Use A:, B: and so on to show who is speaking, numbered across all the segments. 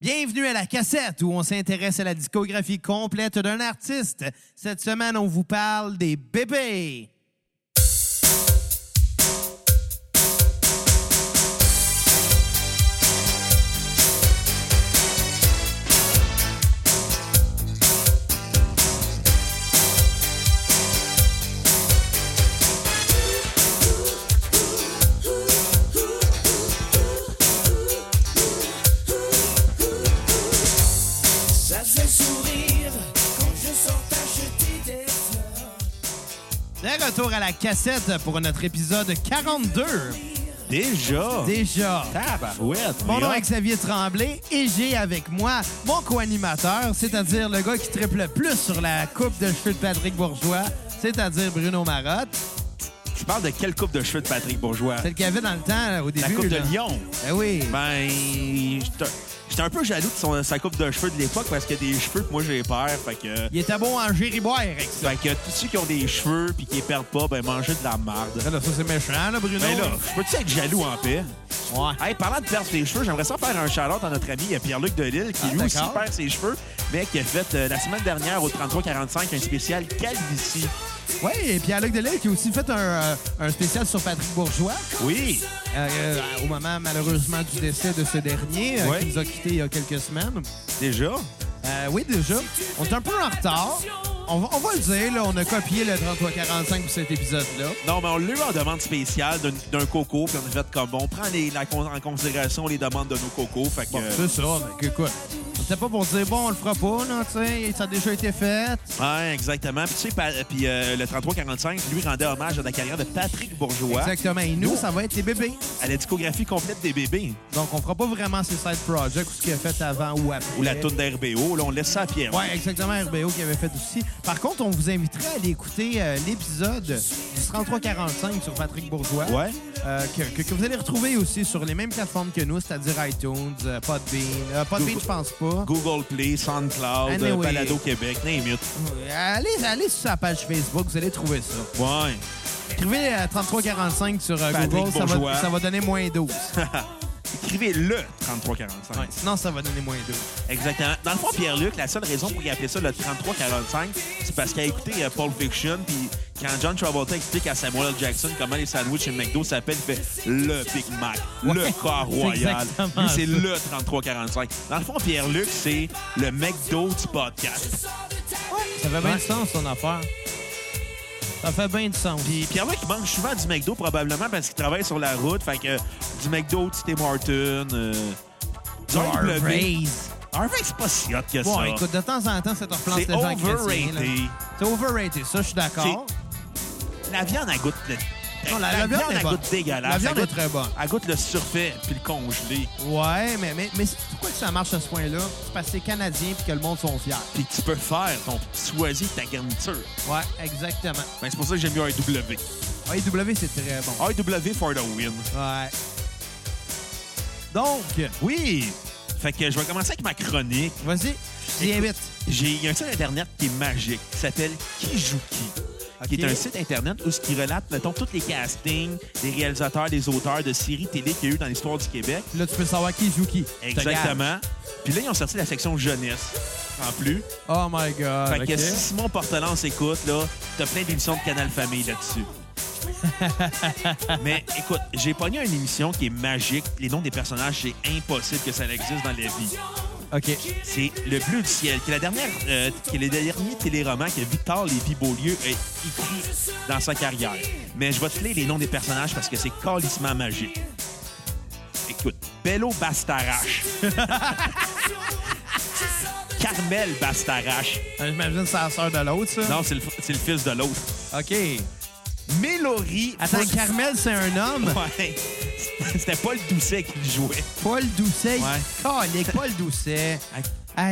A: Bienvenue à la cassette où on s'intéresse à la discographie complète d'un artiste. Cette semaine, on vous parle des bébés.
B: Ça faisait sourire quand je sortais acheter des fleurs.
A: De retour à la cassette pour notre épisode 42.
C: Déjà?
A: Déjà.
C: Tabarouette!
A: Mon
C: mais
A: nom
C: hop.
A: est Xavier Tremblay et j'ai avec moi mon co-animateur, c'est-à-dire le gars qui triple le plus sur la coupe de cheveux de Patrick Bourgeois, c'est-à-dire Bruno Marotte.
C: Tu parles de quelle coupe de cheveux de Patrick Bourgeois?
A: Celle qu'il y avait dans le temps, là, au début.
C: La coupe de
A: là.
C: Lyon.
A: Ben oui.
C: Ben, j'étais- j'étais un peu jaloux de son- sa coupe de cheveux de l'époque parce qu'il y a des cheveux que moi j'ai peur. Fait que,
A: Il était bon en gériboire, avec ça.
C: fait que tous ceux qui ont des cheveux puis qui les perdent pas, ben mangez de la marde.
A: Là, ça, c'est méchant, là, Bruno.
C: Ben là, je peux-tu être jaloux en paix?
A: Ouais.
C: Hey, parlant de perdre ses cheveux, j'aimerais ça faire un shout-out à notre ami Pierre-Luc Delille, qui
A: Ah,
C: lui aussi
A: d'accord.
C: perd ses cheveux, mais qui a fait euh, la semaine dernière au 33-45 un spécial calvitie.
A: Oui, et puis Alec Delay qui a aussi fait un, euh, un spécial sur Patrick Bourgeois
C: Oui,
A: euh, euh, au moment malheureusement du décès de ce dernier, euh,
C: Ouais.
A: qui nous a quittés il y a quelques semaines.
C: déjà.
A: Euh, oui, déjà. On est un peu en retard. On va, on va le dire, là, on a copié le 3345 pour cet épisode-là.
C: Non, mais on l'a eu en demande spéciale d'un- d'un coco, puis on a fait comme bon, on prend les- la con- en considération les demandes de nos cocos. Fait que, euh,
A: Bon, c'est ça, mais que quoi? C'était pas pour dire, bon, on le fera pas, non, tu sais, ça a déjà été fait.
C: Ouais, exactement. Puis, tu sais, pa- puis euh, le 3345, lui, rendait hommage à la carrière de Patrick Bourgeois
A: Exactement. Et nous, ça va être les bébés.
C: à la discographie complète des bébés,
A: Donc, on fera pas vraiment ces side projects ou ce qu'il a fait avant ou après.
C: ou la toune d'RBO. Là, on laisse ça à Pierre.
A: Oui, exactement, RBO qui avait fait aussi. Par contre, on vous inviterait à aller écouter euh, l'épisode du 3345 sur Patrick Bourgeois,
C: Ouais.
A: euh, que, que- que vous allez retrouver aussi sur les mêmes plateformes que nous, c'est-à-dire iTunes, euh, Podbean. Euh, Podbean, je pense pas.
C: Google Play, SoundCloud,
A: Anyway.
C: euh, Balado Québec, name it.
A: Euh, Allez, allez sur sa page Facebook, vous allez trouver ça.
C: Ouais.
A: Écrivez euh, 3345 sur euh,
C: Patrick
A: Google, ça
C: Bourgeois.
A: va, ça va donner moins 12.
C: Écrivez le 3345.
A: Ouais, sinon, ça va donner moins 12.
C: Exactement. Dans le fond, Pierre-Luc, la seule raison pour qu'il appelait ça le 33-45, c'est parce qu'il a écouté euh, Pulp Fiction, puis quand John Travolta explique à Samuel L. Jackson comment les sandwichs chez McDo s'appellent, il fait le Big Mac, le
A: Ouais,
C: corps
A: c'est
C: royal.
A: exactement
C: Lui, c'est
A: ça.
C: le 33-45. Dans le fond, Pierre-Luc, c'est le McDo du podcast.
A: Ça fait bien du sens, son affaire. Ça fait bien du sens.
C: Puis Pierre-Luc, il mange souvent du McDo, probablement parce qu'il travaille sur la route, fait que euh, du McDo, du Tim Martin, euh, du RW. Harvey, c'est pas si hot que ça.
A: Bon, écoute, de temps en temps, ça te replante les
C: C'est
A: gens chrétiens, là.
C: overrated.
A: C'est overrated, ça, je suis d'accord.
C: La viande, elle goûte le...
A: Non, la- la viande est
C: elle
A: bonne.
C: goûte dégueulasse.
A: La viande
C: Elle
A: est
C: goûte-
A: très bonne.
C: Elle goûte le surfait puis le congelé.
A: Ouais, mais, mais, mais c'est pourquoi que ça marche à ce point-là? C'est parce que c'est canadien et que le monde sont fiers.
C: Puis tu peux faire ton petit choisi ta garniture.
A: Ouais, exactement.
C: Ben, c'est pour ça que j'aime mieux un W.
A: AEW, c'est très bon.
C: AW for the win.
A: Ouais. Donc,
C: Oui! Fait que je vais commencer avec ma chronique.
A: vas-y, je t'y
C: Écoute,
A: invite.
C: J'ai il y a un site internet qui est magique, qui s'appelle Kijuki, qui est
A: Ok.
C: un site internet où ce qui relate, mettons, tous les castings des réalisateurs, des auteurs de séries télé qu'il y a eu dans l'histoire du Québec.
A: Là, tu peux savoir qui joue qui. Je te
C: Exactement. Puis là, ils ont sorti la section jeunesse en plus.
A: gage. Oh my God.
C: Fait que
A: ok.
C: si Simon Portelance s'écoute, là, t'as plein d'émissions de Canal Famille là-dessus. Mais écoute, j'ai pogné une émission qui est magique. Les noms des personnages, c'est impossible que ça existe dans la vie.
A: OK.
C: C'est Le Bleu du ciel, qui est, la dernière, euh, qui est le dernier téléroman que Victor Lévy-Beaulieu a écrit dans sa carrière. Mais je vais te lire les noms des personnages parce que c'est calissement magique. Écoute, Bello Bastarache. Carmel Bastarache.
A: Euh, J'imagine que c'est la sœur de l'autre, ça.
C: Non, c'est le, c'est le fils de l'autre.
A: OK.
C: Mélorie.
A: Attends,
C: Fos-
A: Carmel, c'est un homme.
C: Ouais. C'était pas le doucet qui le jouait.
A: Paul Doucet.
C: Ouais.
A: Calique, Paul Doucet.
C: Hey.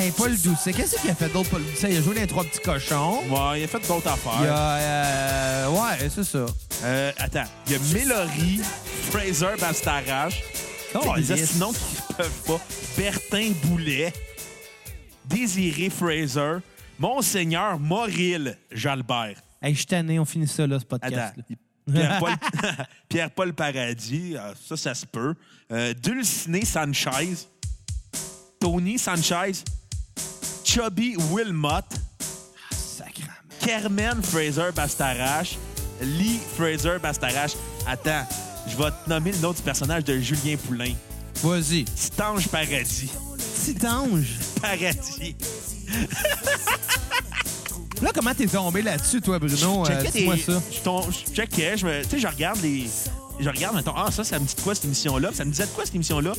A: Hey, Paul Doucet. Qu'est-ce qu'il a fait d'autre, Paul Doucet? Il a joué dans les trois petits cochons.
C: Ouais, il a fait d'autres affaires.
A: Il a. euh, ouais, c'est ça.
C: Euh, attends, il y a Mélorie, Fraser Bastarache.
A: Oh,
C: les
A: yes.
C: sinon qui peuvent pas. Bertin Boulet, Désiré Fraser, Monseigneur Moril Jalbert.
A: Hey, je suis tanné, on finit ça, là, ce
C: Attends.
A: podcast.
C: Pierre-Paul Pierre-Paul Paradis, euh, ça, ça se peut. Euh, Dulciné Sanchez. Tony Sanchez, Chubby Wilmot,
A: Ah, Sacrament.
C: Carmen Fraser Bastarache, Lee Fraser Bastarache. Attends, je vais te nommer le nom du personnage de Julien Poulain.
A: Vas-y.
C: Titange Paradis.
A: Petit ange.
C: Paradis.
A: Là, comment t'es tombé là-dessus, toi, Bruno? Euh,
C: Checkais
A: Dis-moi
C: des-
A: ça.
C: je tom- je checkais, je me- tu sais, je regarde les. Je regarde, mettons, ah, ça, ça me dit de quoi cette émission-là? Puis Ça me disait de quoi cette émission-là?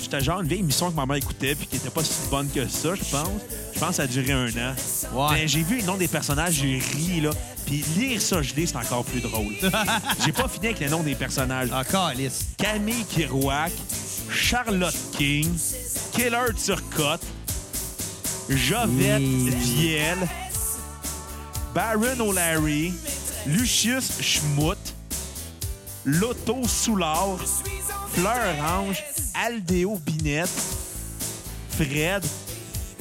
C: J'étais genre une vieille émission que ma mère écoutait puis qui était pas si bonne que ça, je pense. Je pense que ça a duré un an.
A: Ouais.
C: Mais j'ai vu les noms des personnages, j'ai ri, là. Puis lire ça gelé, c'est encore plus drôle. j'ai pas fini avec les noms des personnages.
A: Ah, calice.
C: Camille Kirouac, Charlotte King, Killer Turcotte, Jovette
A: Mm.
C: Viel, Baron O'Leary, Lucius Schmout, Lotto Soulard, Fleur Ange, Aldéo Binette, Fred,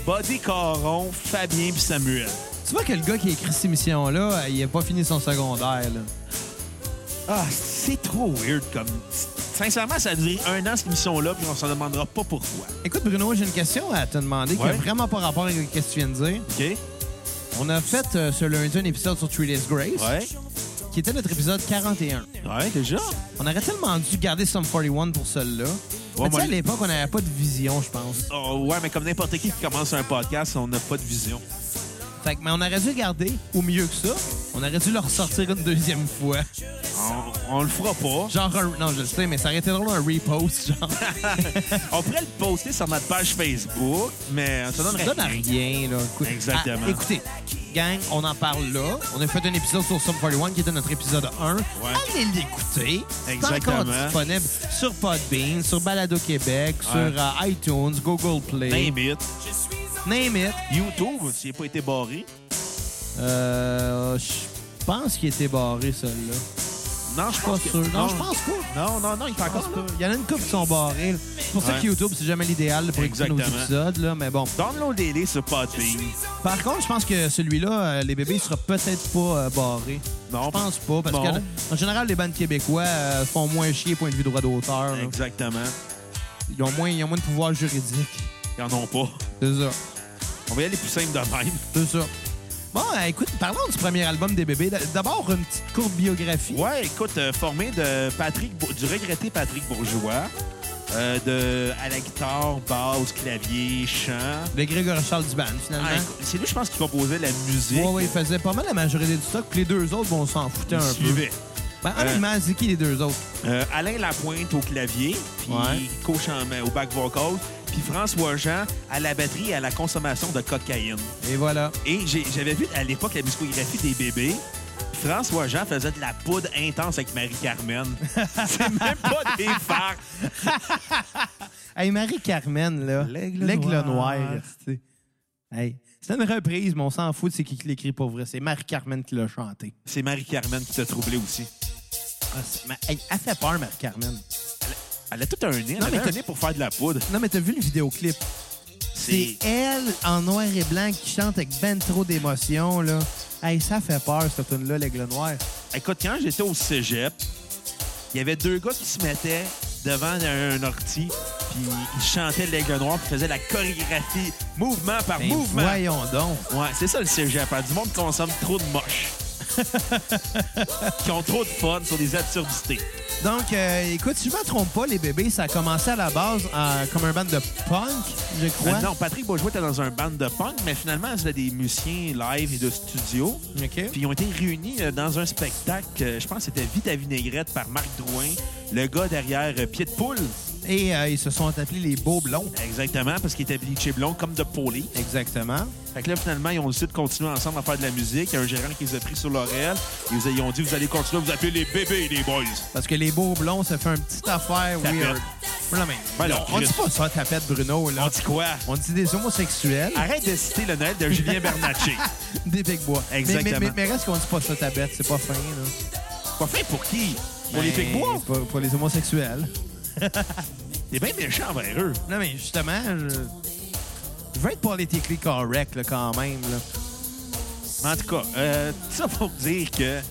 C: Buddy Caron, Fabien pis Samuel.
A: Tu vois que le gars qui a écrit cette émission-là, euh, il a pas fini son secondaire, là.
C: Ah, c'est trop weird comme. Sincèrement, ça a duré un an cette émission-là, puis on s'en demandera pas pourquoi.
A: Écoute, Bruno, j'ai une question à te demander qui
C: Ouais.
A: n'a vraiment pas rapport avec ce que tu viens de dire.
C: OK?
A: On a fait euh, ce lundi un épisode sur Three Days Grace,
C: Ouais.
A: qui était notre épisode 41.
C: Ouais, déjà.
A: On aurait tellement dû garder Sum 41 pour celle-là. Mais tu sais,
C: moi,
A: à l'époque, on n'avait pas de vision, je pense.
C: Oh, ouais, mais comme n'importe qui qui commence un podcast, on n'a pas de vision.
A: Fait que, mais on aurait dû le garder, ou mieux que ça, on aurait dû le ressortir une deuxième fois.
C: On, on le fera pas.
A: Genre un... Non, je le sais, mais ça aurait été drôle un repost, genre.
C: On pourrait le poster sur notre page Facebook, mais ça donnerait
A: Ça donne à rien, là. Écoute-
C: Exactement.
A: Ah, écoutez, gang, on en parle là. On a fait un épisode sur Sum 41 qui était notre épisode 1. Allez l'écouter. C'est encore
C: Exactement.
A: disponible sur Podbean, sur Balado Québec, sur euh, iTunes, Google Play.
C: Name it.
A: Name it.
C: YouTube, s'il n'a pas été barré.
A: Euh, je pense qu'il était barré, celle-là.
C: Non, je
A: Je suis pas
C: pense que-
A: sûr. Non, je pense pas.
C: Non, non, non, il est
A: Je pense
C: encore là.
A: pas. Il y en a une couple qui sont barrés. là. C'est pour ça
C: Ouais.
A: que YouTube, c'est jamais l'idéal pour écouter nos
C: Exactement.
A: épisodes, là, mais bon.
C: Download délai sur Podbean.
A: Par contre, je pense que celui-là, euh, les bébés, il sera peut-être pas euh, barré.
C: Non,
A: Je pense pas, parce
C: Bon.
A: que en général, les bandes québécois euh, font moins chier point de vue droit d'auteur. là.
C: Exactement.
A: Ils ont moins, ils ont moins de pouvoir juridique.
C: Ils en ont pas.
A: C'est ça.
C: On va y aller plus simple de même.
A: C'est ça. Bon, euh, écoute, parlons du premier album des bébés. D- D'abord, une petite courte biographie.
C: Ouais, écoute, euh, formé de Patrick, Bour- du regretté Patrick Bourgeois, euh, de à la guitare, basse, clavier, chant.
A: De Grégory Charles Duban, finalement.
C: Ah, écoute, c'est lui, je pense, qui composait la musique.
A: Hein?
C: euh,
A: ouais, ouais, il faisait pas mal la majorité du stock, puis les deux autres, bon, on s'en foutait
C: Il
A: un
C: suivait.
A: peu. Ben, honnêtement, c'est qui les deux autres?
C: Euh, Alain Lapointe au clavier, puis
A: Ouais.
C: coach en- euh, au back vocal, puis François Jean à la batterie et à la consommation de cocaïne.
A: Et voilà.
C: Et j'ai- j'avais vu à l'époque la musicographie des bébés. François Jean faisait de la poudre intense avec Marie-Carmen. C'est même pas des farces.
A: Hey, Marie-Carmen, là.
C: L'aigle noir.
A: noir. tu sais. Hey, c'est une reprise, mais on s'en fout de c'est qui qui l'écrit pour vrai. C'est Marie-Carmen qui l'a chanté.
C: C'est Marie-Carmen qui t'a troublé aussi.
A: Ah, c'est- ma- hey, elle fait peur, Marie-Carmen.
C: Elle a tout un nez. Elle
A: Non, mais
C: avait un
A: t'as-
C: nez pour faire de la poudre.
A: Non, mais t'as vu le vidéoclip? C'est
C: C'est...
A: elle, en noir et blanc, qui chante avec ben trop d'émotion, là. Hey, ça fait peur, cette tune-là, l'aigle noir.
C: Écoute, quand j'étais au cégep, il y avait deux gars qui se mettaient devant un, un orti, puis ils chantaient l'aigle noir, puis faisaient la chorégraphie, mouvement par
A: Ben,
C: mouvement.
A: voyons donc.
C: Ouais, c'est ça le cégep. hein. Du monde qui consomme trop de moche. qui ont trop de fun sur des absurdités.
A: Donc, euh, écoute, si je me trompe pas, les bébés, ça a commencé à la base euh, comme un band de punk, je crois.
C: Euh, non, Patrick Bourgeois était dans un band de punk, mais finalement, c'était des musiciens live et de studio.
A: OK.
C: Puis ils ont été réunis euh, dans un spectacle, euh, je pense que c'était Vite à vinaigrette par Marc Drouin, le gars derrière euh, Pied de poule.
A: Et euh, ils se sont appelés les Beaux Blonds.
C: Exactement, parce qu'il était bleaché blond comme de Paulie.
A: Exactement.
C: Fait que là, finalement, ils ont décidé de continuer ensemble à faire de la musique. Il y a un gérant qui les a pris sur l'oreille. Ils ils ont dit, vous allez continuer à vous appeler les bébés, les boys.
A: Parce que les Beaux Blonds, ça fait une petite affaire
C: Tapette.
A: weird. Non, mais,
C: Ben non,
A: on dit
C: Christ.
A: pas ça, tapette, Bruno, là.
C: On dit Ah. quoi?
A: On dit des homosexuels.
C: Arrête de citer le Noël de Julien Bernatchez.
A: Des big bois.
C: Exactement.
A: Mais, mais- mais- mais reste qu'on dit pas ça, ta bête. C'est pas fin, là.
C: Pas fait pour qui? Pour les
A: Ben,
C: Picbois?
A: Pour, pour les homosexuels.
C: T'es bien méchant envers eux.
A: Non, mais justement, je... Je veux être politically correct, là, quand même, là.
C: Mais en tout cas, euh, tout ça pour dire que.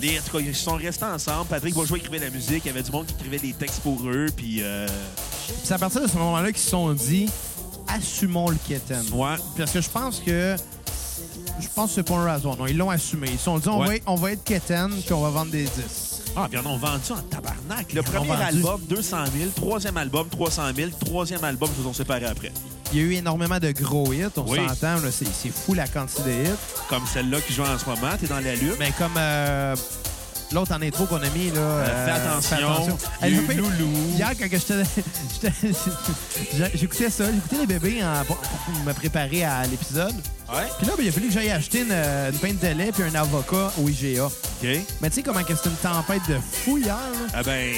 C: Les, en tout cas, ils sont restés ensemble. Patrick Bourgeois écrivait la musique. Il y avait du monde qui écrivait des textes pour eux. Puis, euh,
A: Puis C'est à partir de ce moment-là qu'ils se sont dit... assumons le kitten.
C: Ouais.
A: Parce que je pense que. Je pense que c'est pas un raison. Non, ils l'ont assumé. Ils se sont dit, on,
C: Ouais.
A: va, être- on va être kitten, puis on va vendre des disques.
C: Ah, puis ils en ont vendu en tabarnak. Le
A: Ils en ont
C: premier
A: vendu.
C: album, 200 000. Troisième album, 300 000. Troisième album, ils se sont séparés après.
A: Il y a eu énormément de gros hits, on
C: Oui.
A: s'entend. là, C'est c'est fou la quantité de hits.
C: Comme celle-là qui joue en ce moment, T'es dans la lune.
A: Mais comme euh, l'autre en intro qu'on a mis, là. euh,
C: fais attention. Il y a
A: Hey,
C: eu
A: le pire,
C: Loulou.
A: Hier, quand que j'étais- j'étais- j'écoutais ça, j'écoutais les bébés en- pour pour me préparer à l'épisode.
C: Ouais.
A: Puis là, ben, il a fallu que j'aille acheter une, une pinte de lait puis un avocat au IGA.
C: OK.
A: Mais tu sais comment que c'était une tempête de fou hier, là?
C: Ah ben,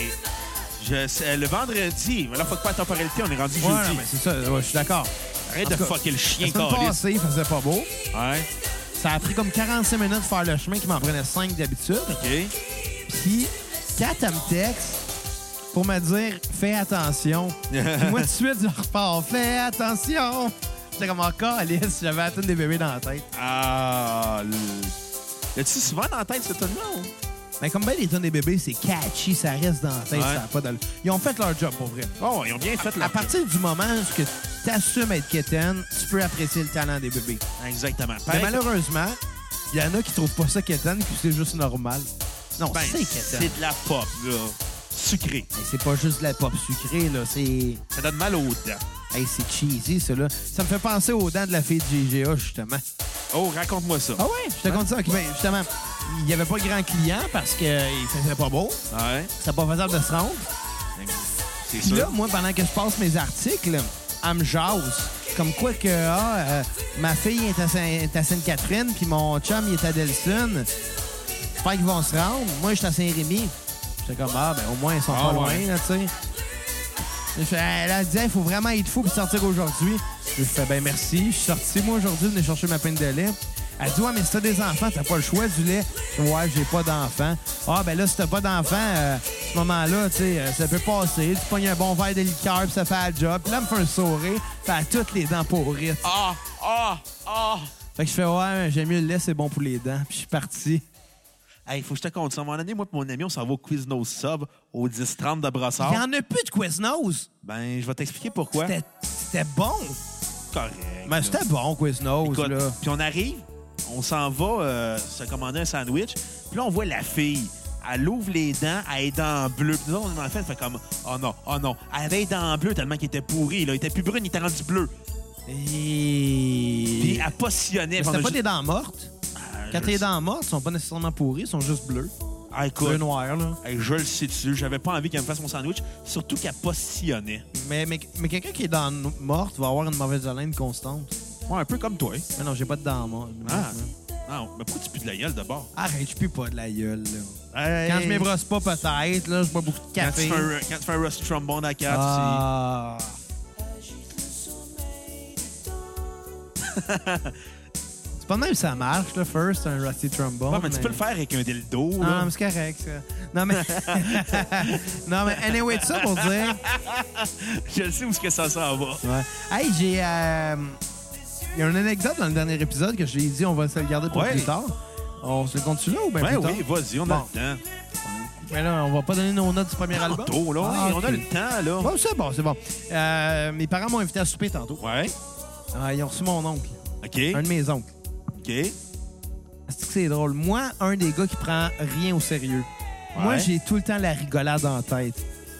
C: je sais- le vendredi, là, faut que pas la temporalité, on est rendu
A: Ouais, non,
C: jeudi.
A: mais c'est ça, ouais, je suis d'accord.
C: Arrête
A: En
C: de
A: tout cas,
C: fucker le
A: La
C: chien,
A: semaine
C: calice.
A: passée, il faisait pas beau.
C: Ouais,
A: Ça a pris comme 45 minutes de faire le chemin qui m'en prenait 5 d'habitude.
C: OK.
A: Puis, Kat, elle me texte pour me dire « Fais attention ». Puis moi, tout de suite, je repars « Fais attention ». J'étais comme encore, Alice, j'avais atteint des bébés dans la tête.
C: Ah, le... tu souvent dans la tête, cette tune-là? ou?
A: Mais comme ben les tonnes des bébés, c'est catchy, ça reste dans la tête,
C: Ouais.
A: ça a pas d'allure. Ils ont fait leur job, pour vrai.
C: Oh, ils ont bien fait
A: À
C: leur
A: partir du moment où tu assumes être kitten, tu peux apprécier le talent des bébés.
C: job. Exactement.
A: Mais
C: Pareil-
A: malheureusement, il y en a qui trouvent pas ça kitten, puis c'est juste normal. Non,
C: ben,
A: c'est kitten.
C: c'est de la pop, là. Sucrée.
A: Mais C'est pas juste de la pop sucrée, là. C'est.
C: Ça donne mal aux dents.
A: Hey, c'est cheesy, ça, là. Ça me fait penser aux dents de la fille du GGA, justement.
C: Oh, raconte-moi ça.
A: Ah ouais? Je te compte ça. OK, ben, justement, il y avait pas grand client parce qu'il faisait pas beau.
C: Ouais,
A: C'était pas faisable de se rendre.
C: c'est
A: Ah. Puis
C: sûr.
A: là, moi, pendant que je passe mes articles, elle me jase. Comme quoi que ah, euh, ma fille est à, Saint- est à Sainte-Catherine, puis mon chum, il est à Delson. J'espère qu'ils vont se rendre. Moi, je suis à Saint-Rémy. J'étais comme, ah, ben au moins, ils sont
C: Ah,
A: pas loin,
C: ouais.
A: là, tu sais. Je fais, Elle a dit, il faut vraiment être fou pour sortir aujourd'hui. Je fais, ben merci. Je suis sorti, moi, aujourd'hui, venez chercher ma peine de lait. Elle dit, ouais, mais si t'as des enfants, t'as pas le choix du lait. Je fais, ouais, j'ai pas d'enfants. Ah, ben là, si t'as pas d'enfants, euh, à ce moment-là, tu sais, euh, ça peut passer. Tu pognes un bon verre de liqueur, puis ça fait la job. Puis là, elle me fait un sourire, puis elle a toutes les dents pourrites.
C: Ah, ah, ah.
A: Fait que je fais, ouais, j'aime mieux le lait, c'est bon pour les dents. Puis je suis parti.
C: Hey, faut que je te compte ça. À un moment donné, moi et mon ami, on s'en va au Quiz No Sub au 10-30 de
A: Il
C: Brassard.
A: y en a plus de Quiznos.
C: Ben, je vais t'expliquer pourquoi.
A: C'était- C'était bon.
C: correct.
A: Mais
C: là.
A: c'était bon, Quiznos,
C: Écoute,
A: là.
C: Puis on arrive, on s'en va euh, se commander un sandwich. Puis là, on voit la fille. Elle ouvre les dents, elle est dents bleues. Puis nous, autres, on en fait, on fait comme Oh non, oh non. Elle avait les dents bleues tellement qu'elle était pourrie. Là. Elle était plus brune, il était rendu bleu. Puis
A: Et...
C: elle postionnait.
A: Mais
C: Puis on
A: C'était
C: a
A: pas
C: ju-
A: des dents mortes.
C: Ah,
A: Quand
C: je
A: tes
C: le sais.
A: dents mortes, sont pas nécessairement pourries, sont juste bleues.
C: Ah,
A: Bleu
C: écoute,
A: noir, là.
C: hey, je le sais dessus. J'avais pas envie qu'elle me fasse mon sandwich. Surtout qu'elle postillonnait.
A: Mais, mais, mais quelqu'un qui est dents mortes va avoir une mauvaise haleine constante.
C: Ouais, un peu comme toi.
A: Mais non, j'ai pas de dents mortes.
C: Ah. Non, mais pourquoi tu pues de la gueule d'abord?
A: Arrête, je pue pas de la gueule, là.
C: Hey,
A: Quand je m'ébrosse pas, peut-être, là, je bois beaucoup de
C: Quand tu
A: café.
C: fais un- quand tu fais un Rust Trombone à 4,
A: ah. C'est pas de même que ça marche, là, first, un rusty trombone.
C: Ouais, mais tu peux le faire avec un dildo.
A: Non,
C: là.
A: Ah, mais c'est correct, ça. Non, mais. non, mais anyway, tout ça pour dire.
C: Je le sais où ce que ça s'en va.
A: Ouais. Hey, j'ai. euh, Il y a une anecdote dans le dernier épisode que j'ai dit, on va se le garder pour
C: Ouais.
A: plus tard. On se le compte là ou bien
C: Ben
A: plus tard?
C: oui, vas-y, on
A: Bon.
C: a le temps.
A: Mais là, on va pas donner nos notes du premier album.
C: Tantôt, là,
A: Ah,
C: oui,
A: ok.
C: on a le temps, là.
A: Bon, c'est bon, c'est bon. Euh, mes parents m'ont invité à souper tantôt.
C: Ouais.
A: Ah, ils ont reçu mon oncle, un
C: OK.
A: de mes oncles.
C: OK.
A: C'est que c'est drôle. Moi, un des gars qui prend rien au sérieux.
C: Ouais.
A: Moi, j'ai tout le temps la rigolade en tête.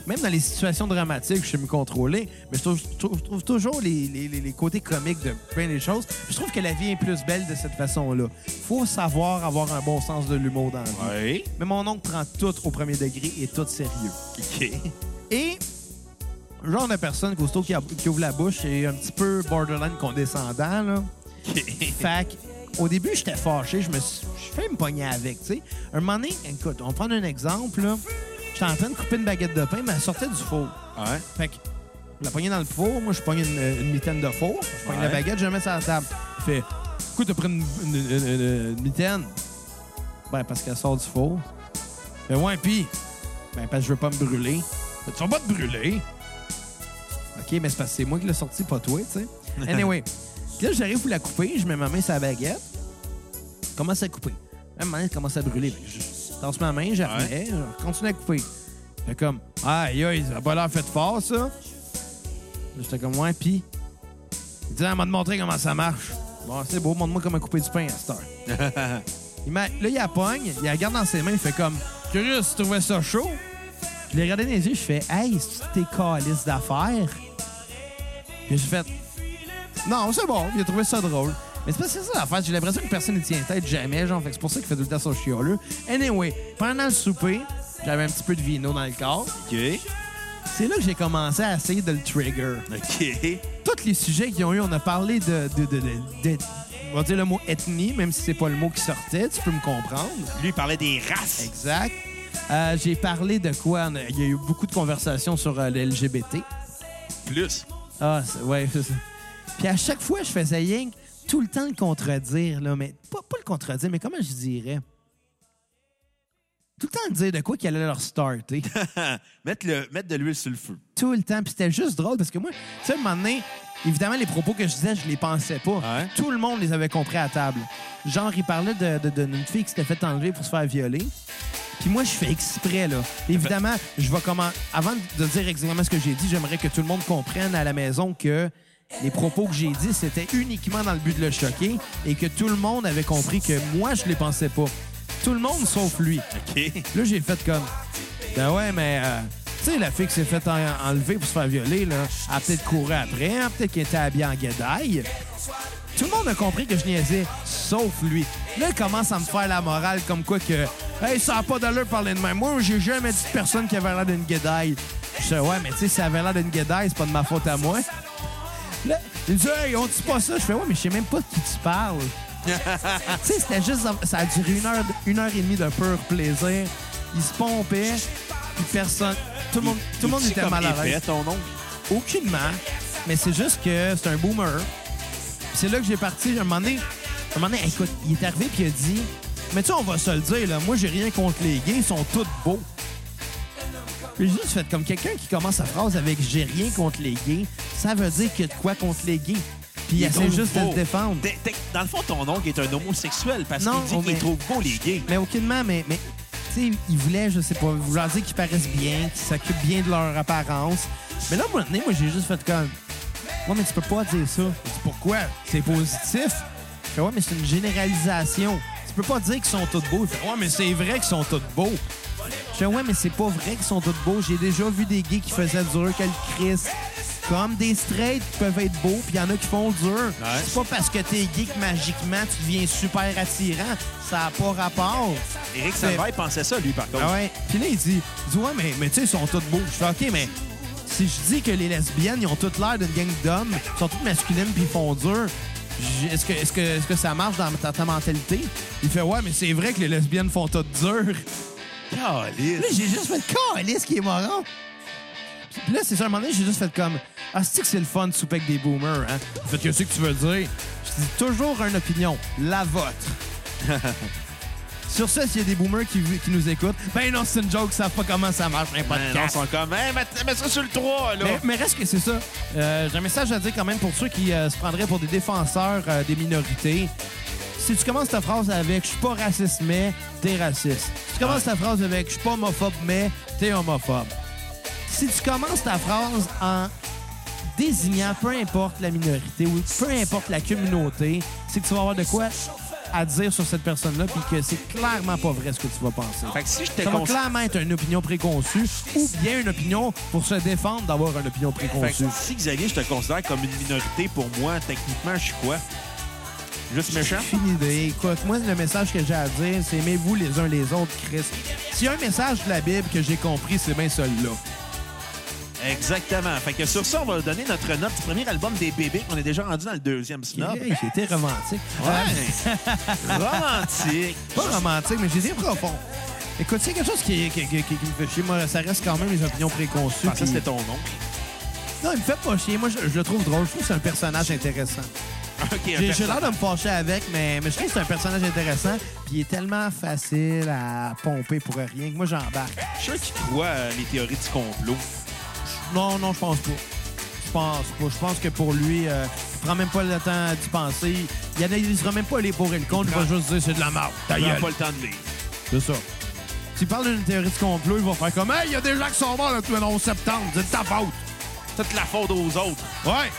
A: Même dans les situations dramatiques, je sais me contrôler, mais je trouve, je trouve- je trouve toujours les, les- les- les côtés comiques de plein des choses. Puis Je trouve que la vie est plus belle de cette façon-là. faut savoir avoir un bon sens de l'humour dans la vie.
C: Ouais.
A: Mais mon oncle prend tout au premier degré et tout sérieux.
C: OK.
A: Et genre de personne costaud qui, a- qui ouvre la bouche et un petit peu borderline condescendant, là.
C: OK.
A: Fait que, au début, j'étais fâché. Je me suis je fais me pogner avec, tu sais. Un moment donné, écoute, on va prendre un exemple, là. J'étais en train de couper une baguette de pain, mais elle sortait du four.
C: Ouais.
A: Fait que, je la pognais dans le four. Moi, je pogne une, une mitaine de four. Je pogne la
C: Ouais.
A: baguette, je la mets sur la table. Il fait, écoute, t'as pris une, une- une- une- une mitaine? Ben, parce qu'elle sort du four. Ben, ouais, pis? Ben, parce que je veux pas me brûler. Ben, tu vas pas te brûler. OK, mais c'est parce que c'est moi qui l'ai sorti, pas toi, tu sais. Anyway. Puis là, j'arrive pour la couper, je mets ma main sur la baguette, commence à couper. Là, ma main commence à brûler. Fait que Ben, Je lance ma main, je la remets, je continue à couper. Fait comme, aïe, aïe, ça a pas l'air fait fort, ça. Là, J'étais comme, ouais, pis. Il dit, elle m'a montré comment ça marche. Bon, c'est beau, montre-moi comment couper du pain à cette heure. Il m'a- là, il la pogne, il la garde dans ses mains, il fait comme Curieux, tu trouvais ça chaud? Je l'ai regardé dans les yeux, je fais Hey, c'est tes calices d'affaires? Puis j'ai fait Non, c'est bon, il a trouvé ça drôle. Mais c'est parce que c'est ça l'affaire, j'ai l'impression que personne ne tient tête jamais, genre, fait que c'est pour ça qu'il fait tout le temps son chialeux. Anyway, pendant le souper, j'avais un petit peu de vino dans le corps.
C: OK.
A: C'est là que j'ai commencé à essayer de le trigger
C: OK.
A: tous les sujets qu'ils ont eu, on a parlé de, de, de- de- de- on va dire le mot ethnie, même si c'est pas le mot qui sortait, tu peux me comprendre.
C: Lui, il parlait des races.
A: Exact. Euh, J'ai parlé de quoi on a- Il y a eu beaucoup de conversations sur euh, le LGBT.
C: Plus.
A: Ah, c'est- ouais, c'est ça. Puis à chaque fois, je faisais rien que tout le temps le contredire, là, mais pas, pas le contredire, mais comment je dirais Tout le temps dire de quoi qu'il allait leur starter.
C: mettre, le, mettre de l'huile sur le feu.
A: tout le temps. Puis c'était juste drôle parce que moi, tu sais, à un moment donné, évidemment, les propos que je disais, je les pensais pas.
C: Ouais.
A: Tout le monde les avait compris à table. Genre, il parlait d'une de, de- d'une fille qui s'était fait enlever pour se faire violer. Puis moi, je fais exprès, là. Évidemment, je vais comment. Avant de dire exactement ce que j'ai dit, j'aimerais que tout le monde comprenne à la maison que les propos que j'ai dit, c'était uniquement dans le but de le choquer et que tout le monde avait compris que moi, je les pensais pas. Tout le monde sauf lui.
C: OK.
A: Là, j'ai fait comme. Ben ouais, mais. euh, tu sais, la fille qui s'est faite en- enlever pour se faire violer, là, elle a peut-être couru après, hein, peut-être qu'elle était habillée en guédaille. Tout le monde a compris que je niaisais, sauf lui. Là, il commence à me faire la morale comme quoi que. Hey, ça n'a pas d'allure de parler de même. Moi, j'ai jamais dit de personne qui avait l'air d'une guédaille. Je dis, ouais, mais tu sais, si ça avait l'air d'une guédaille, c'est pas de ma faute à moi. Là, il me dit, hey, on dit pas ça. Je fais, ouais, mais je sais même pas de qui tu parles. Tu sais, c'était juste. Ça a duré une heure, une heure et demie de pur plaisir. Il se pompait, puis personne. Tout le monde, tout le monde
C: Il dit
A: était
C: comme
A: mal à
C: épais,
A: l'aise.
C: ton nom.
A: Aucunement. Mais c'est juste que c'est un boomer. Puis C'est là que j'ai parti. Un moment donné, un moment donné, écoute, il est arrivé puis il a dit Mais tu sais, on va se le dire, là, moi, j'ai rien contre les gays, ils sont tous beaux. Puis j'ai juste fait comme quelqu'un qui commence sa phrase avec J'ai rien contre les gays, ça veut dire qu'il y a de quoi contre les gays. Puis il
C: Il
A: essaie
C: trouve
A: juste de
C: beau.
A: se défendre.
C: T'es- t'es- Dans le fond, ton oncle est un homosexuel parce
A: Non,
C: qu'il dit qu'il
A: mais-
C: trouve beau les gays.
A: Mais aucunement, mais, mais tu sais, ils voulaient, je sais pas, vouloir dire qu'ils paraissent bien, qu'ils s'occupent bien de leur apparence. Mais là, à un moment donné, moi, j'ai juste fait comme. Ouais, mais tu peux pas dire ça. Il dit, pourquoi? C'est positif. Je fais, ouais, mais c'est une généralisation. Tu peux pas dire qu'ils sont tous beaux. Il fait, ouais, mais c'est vrai qu'ils sont tous beaux. Je fais, ouais, mais c'est pas vrai qu'ils sont tous beaux. J'ai déjà vu des gays qui faisaient dur que le Christ. Comme des straights qui peuvent être beaux, puis il y en a qui font dur. C'est pas parce que t'es gay que magiquement tu deviens super attirant. Ça a pas rapport.
C: Éric Salvaire pensait ça, lui, par contre.
A: Ah ouais. Puis là, il dit, il dit, ouais, mais, mais tu sais, ils sont tous beaux. Je fais, OK, mais si je dis que les lesbiennes, ils ont toutes l'air d'une gang d'hommes, ils sont toutes masculines puis ils font dur, j- est-ce que, est que, est que ça marche dans ta, ta mentalité? Il fait, ouais, mais c'est vrai que les lesbiennes font toutes dur. Là,
C: Calice.
A: j'ai juste fait calice qui est marrant. Puis là, c'est ça, à un moment donné, j'ai juste fait comme Ah, c'est que c'est le fun de souper avec des boomers, hein? En fait, que c'est que tu veux dire? Je dis toujours une opinion, la vôtre. Sur ce, s'il y a des boomers qui, qui nous écoutent, ben non, c'est une joke, ils savent pas comment ça marche, un
C: Ben non, ils
A: podcast.
C: sont comme, Hey, mets, mets ça sur le 3, là.
A: Mais, mais reste que c'est ça. Euh, J'ai un message à dire quand même pour ceux qui euh, se prendraient pour des défenseurs euh, des minorités. Si tu commences ta phrase avec « je suis pas raciste, mais t'es raciste ». Si tu commences ta phrase avec « je suis pas homophobe, mais t'es homophobe ». Si tu commences ta phrase en désignant peu importe la minorité ou peu importe la communauté, c'est que tu vas avoir de quoi à dire sur cette personne-là puis que c'est clairement pas vrai ce que tu vas penser.
C: Fait que si j'étais
A: Ça va
C: cons-
A: clairement être une opinion préconçue ou bien une opinion pour se défendre d'avoir une opinion
C: Fait
A: préconçue.
C: que si Xavier, je te considère comme une minorité pour moi, techniquement, je suis quoi? Juste méchant?
A: Aucune idée. Écoute, moi, le message que j'ai à dire, c'est aimez-vous les uns les autres, Christ. S'il y a un message de la Bible que j'ai compris, c'est bien celui-là.
C: Exactement. Fait que sur ça, on va donner notre note du premier album des bébés. On est déjà rendu dans le deuxième snob.
A: Hey, j'ai été romantique. Euh,
C: Ouais. Romantique.
A: pas romantique, mais j'ai été profond. Écoute, c'est quelque chose qui, qui- qui- qui- qui me fait chier. Moi, ça reste quand même mes opinions préconçues.
C: Je pensais que
A: puis-
C: c'était ton nom.
A: Non, il me fait pas chier. Moi, je, je le trouve drôle. Je trouve que c'est un personnage intéressant.
C: OK, un
A: J'ai j'ai
C: perso-
A: l'air de me fâcher avec, mais, mais je trouve que c'est un personnage intéressant. Puis il est tellement facile à pomper pour rien que moi, j'embarque.
C: Je suis sûr qu'il croit euh, les théories du complot.
A: Non, non, je pense pas. Je pense pas. Je pense que pour lui, euh, il prend même pas le temps d'y penser. Il analysera même pas les pour et le contre. Il, va
C: prend-
A: juste dire c'est de la merde. Ta
C: Il n'a
A: gueule.
C: pas le temps de lire.
A: C'est ça. S'il parle d'une théorie du complot, il va faire comme Hey, il y a des gens qui sont morts le 11 septembre. C'est de ta faute.
C: Toute la faute aux autres.
A: Ouais.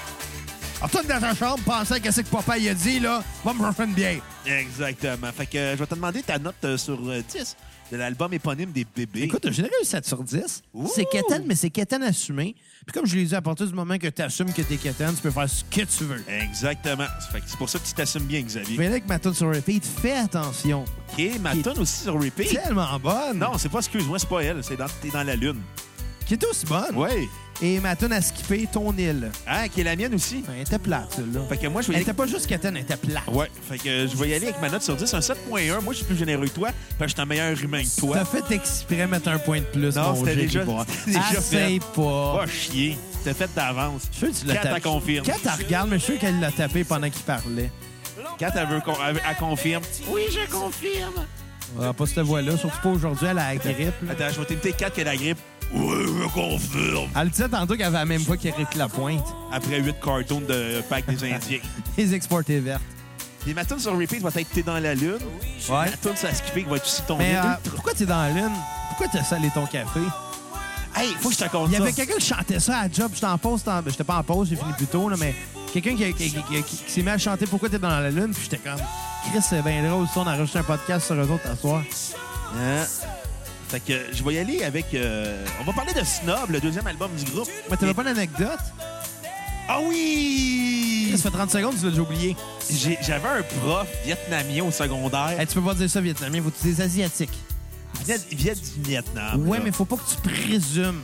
A: Retourne dans ta chambre, pensez à ce que papa il a dit, là. Va me refaire une bière.
C: Exactement. Fait que euh, je vais te demander ta note euh, sur euh, 10 de l'album éponyme des bébés.
A: Écoute, j'ai eu 7 sur 10.
C: Ouh!
A: C'est quétaine, mais c'est quétaine assumé. Puis comme je l'ai dit, à partir du moment que tu assumes que t'es quétaine, tu peux faire ce que tu veux.
C: Exactement. Fait que c'est pour ça que tu t'assumes bien, Xavier.
A: Mais là, avec ma tune sur repeat, fais attention.
C: OK, ma tonne aussi sur repeat.
A: Tellement bonne.
C: Non, c'est pas excuse-moi, c'est pas elle. C'est dans, t'es dans la lune.
A: Qui est aussi bonne.
C: Oui.
A: Et ma tune à skipper, ton île.
C: Ah, qui est la mienne aussi.
A: Elle était plate, celle-là.
C: Fait que moi, je vais
A: Elle
C: y
A: était pas juste quétaine, elle était plate.
C: Ouais, fait que euh, je vais y aller avec ma note sur 10, un 7.1. Moi, je suis plus généreux que toi, parce que je suis un meilleur humain que toi.
A: T'as fait exprès mettre un point de plus,
C: Non,
A: mon
C: c'était
A: Jerry
C: déjà-
A: Boy.
C: c'était déjà
A: Essaye pas.
C: Pas chier. T'as fait d'avance.
A: Je suis sûr que tu l'as
C: Kat,
A: tapé.
C: elle confirme.
A: Kat, elle regarde, mais je suis sûr qu'elle l'a tapé pendant qu'il parlait.
C: Quand elle veut qu'on elle- elle confirme. Oui, je confirme.
A: Ah, pas cette voix-là, surtout pas aujourd'hui, elle a la grippe. là.
C: Attends, je vais t'imiter 4 qui a la grippe. Oui, je confirme.
A: Elle disait tantôt qu'elle avait la même voix qu'Éric Lapointe.
C: Après 8 cartons de Pack des Indiens.
A: Les exportés vertes.
C: Et ma tune sur repeat va être T'es dans la lune.
A: Ouais.
C: Ma tune sur la skipper qui va être aussi ton
A: Mais
C: hit.
A: euh, pourquoi t'es dans la lune? Pourquoi t'as salé ton café?
C: Hey, faut que je te
A: Il
C: raconte
A: y
C: ça.
A: avait quelqu'un qui chantait ça à la job. J'étais en pause. j'étais en- ben, J'étais pas en pause, j'ai fini plus tôt, là, mais quelqu'un qui, qui- qui- qui- qui s'est mis à chanter Pourquoi t'es dans la lune? Puis j'étais comme, Chris, c'est bien drôle. Si on a enregistré un podcast sur eux autres à soir.
C: Hein? Fait que euh, je vais y aller avec. euh, On va parler de Snob, le deuxième album du groupe.
A: Mais t'avais pas l'anecdote?
C: Ah oui!
A: Ça fait 30 secondes, tu l'as déjà oublié.
C: J'ai- J'avais un prof vietnamien au secondaire.
A: Hey, Eh, tu peux pas dire ça vietnamien, faut des asiatiques.
C: Il venait, il venait du Vietnam.
A: Ouais,
C: là.
A: Ah, mais faut pas que tu présumes.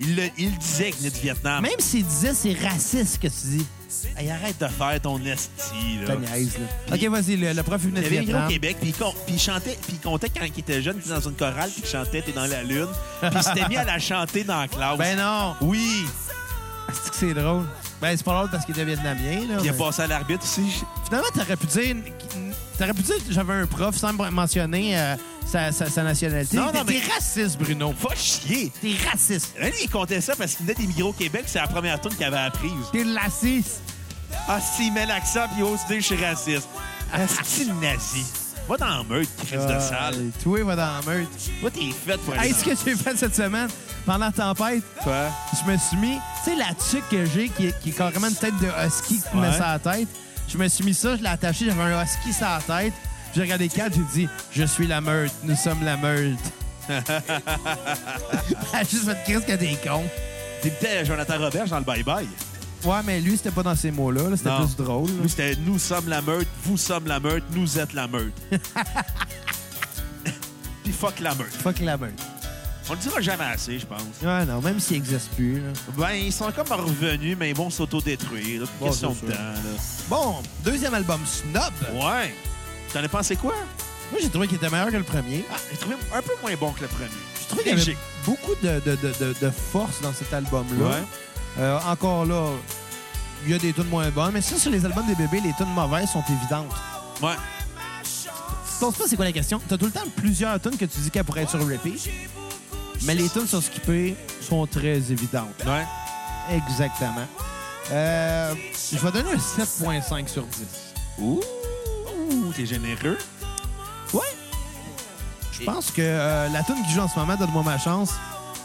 C: Il, le- il disait qu'il venait du Vietnam.
A: Même s'il disait c'est raciste ce que tu dis.
C: Hey, arrête de faire ton esti, là.
A: Ta niaise, là. Ok, vas-y, le, le prof il venait
C: Il
A: de
C: avait immigré au
A: Vietnam.
C: Québec, puis il, con- puis il chantait, puis il comptait quand il était jeune, il était dans une chorale, puis il chantait T'es dans la lune. Puis il s'était mis à la chanter dans la classe.
A: Ben non!
C: oui!
A: C'est que c'est drôle. Ben, c'est pas drôle parce qu'il était vietnamien, là.
C: Puis il a
A: mais-
C: passé à l'arbitre aussi.
A: Finalement, t'aurais pu dire... T'aurais pu dire que j'avais un prof sans mentionner euh, sa, sa- sa nationalité.
C: Non, non,
A: T'es-
C: mais-
A: T'es raciste, Bruno.
C: Va chier!
A: T'es raciste.
C: Lui, il comptait ça parce qu'il venait d'immigrer au Québec, c'est la première tune qu'il avait apprise.
A: T'es raciste.
C: Ah, s'il met l'accent, puis il ose dire je suis raciste. Ah, c'est nazi. Va dans la meute, crise de sale.
A: Ah, Toi, va dans la meute.
C: Va t'es fait pour
A: Hey, ce que j'ai fait cette semaine, pendant la tempête,
C: Quoi?
A: je me suis mis, tu sais, la tuque que j'ai, qui, est- qui est carrément une tête de husky qui me met
C: Ouais.
A: sur la tête. Je me suis mis ça, je l'ai attaché, j'avais un husky sur la tête. J'ai regardé Kat, j'ai dit Je suis la meute, nous sommes la meute. Elle a juste fait crise que des cons.
C: T'es peut-être Jonathan Roberge dans le bye-bye.
A: Ouais, mais lui, c'était pas dans ces mots-là, là, c'était
C: Non.
A: plus drôle. là.
C: Nous, c'était Nous sommes la meute, vous sommes la meute, nous êtes la meute. Puis fuck la meute.
A: Fuck la meute.
C: On le dira jamais assez, je pense.
A: Ouais, non, même s'il existe plus. là.
C: Ben, ils sont comme revenus, mais ils vont s'autodétruire. là, pour
A: Bon,
C: question
A: c'est
C: de temps.
A: sûr. Bon, deuxième album, Snob.
C: là. Ouais. T'en as pensé quoi?
A: Moi, j'ai trouvé qu'il était meilleur que le premier.
C: Ah, j'ai trouvé un peu moins bon que le premier.
A: Je trouve qu'il y avait
C: Léger.
A: beaucoup de, de- de- de- de force dans cet album-là.
C: Ouais.
A: Euh, encore là, il y a des tunes moins bonnes, mais ça, sur les albums des bébés, les tunes mauvaises sont évidentes.
C: Ouais.
A: Tu te poses pas c'est quoi la question? T'as tout le temps plusieurs tunes que tu dis qu'elles pourraient être sur repeat, mais les tunes sur Skippé sont très évidentes.
C: Ouais.
A: Exactement. Euh, je vais donner un 7.5 sur 10.
C: Ouh, t'es généreux.
A: Ouais. Je pense que euh, la tune qui joue en ce moment, Donne-moi ma chance,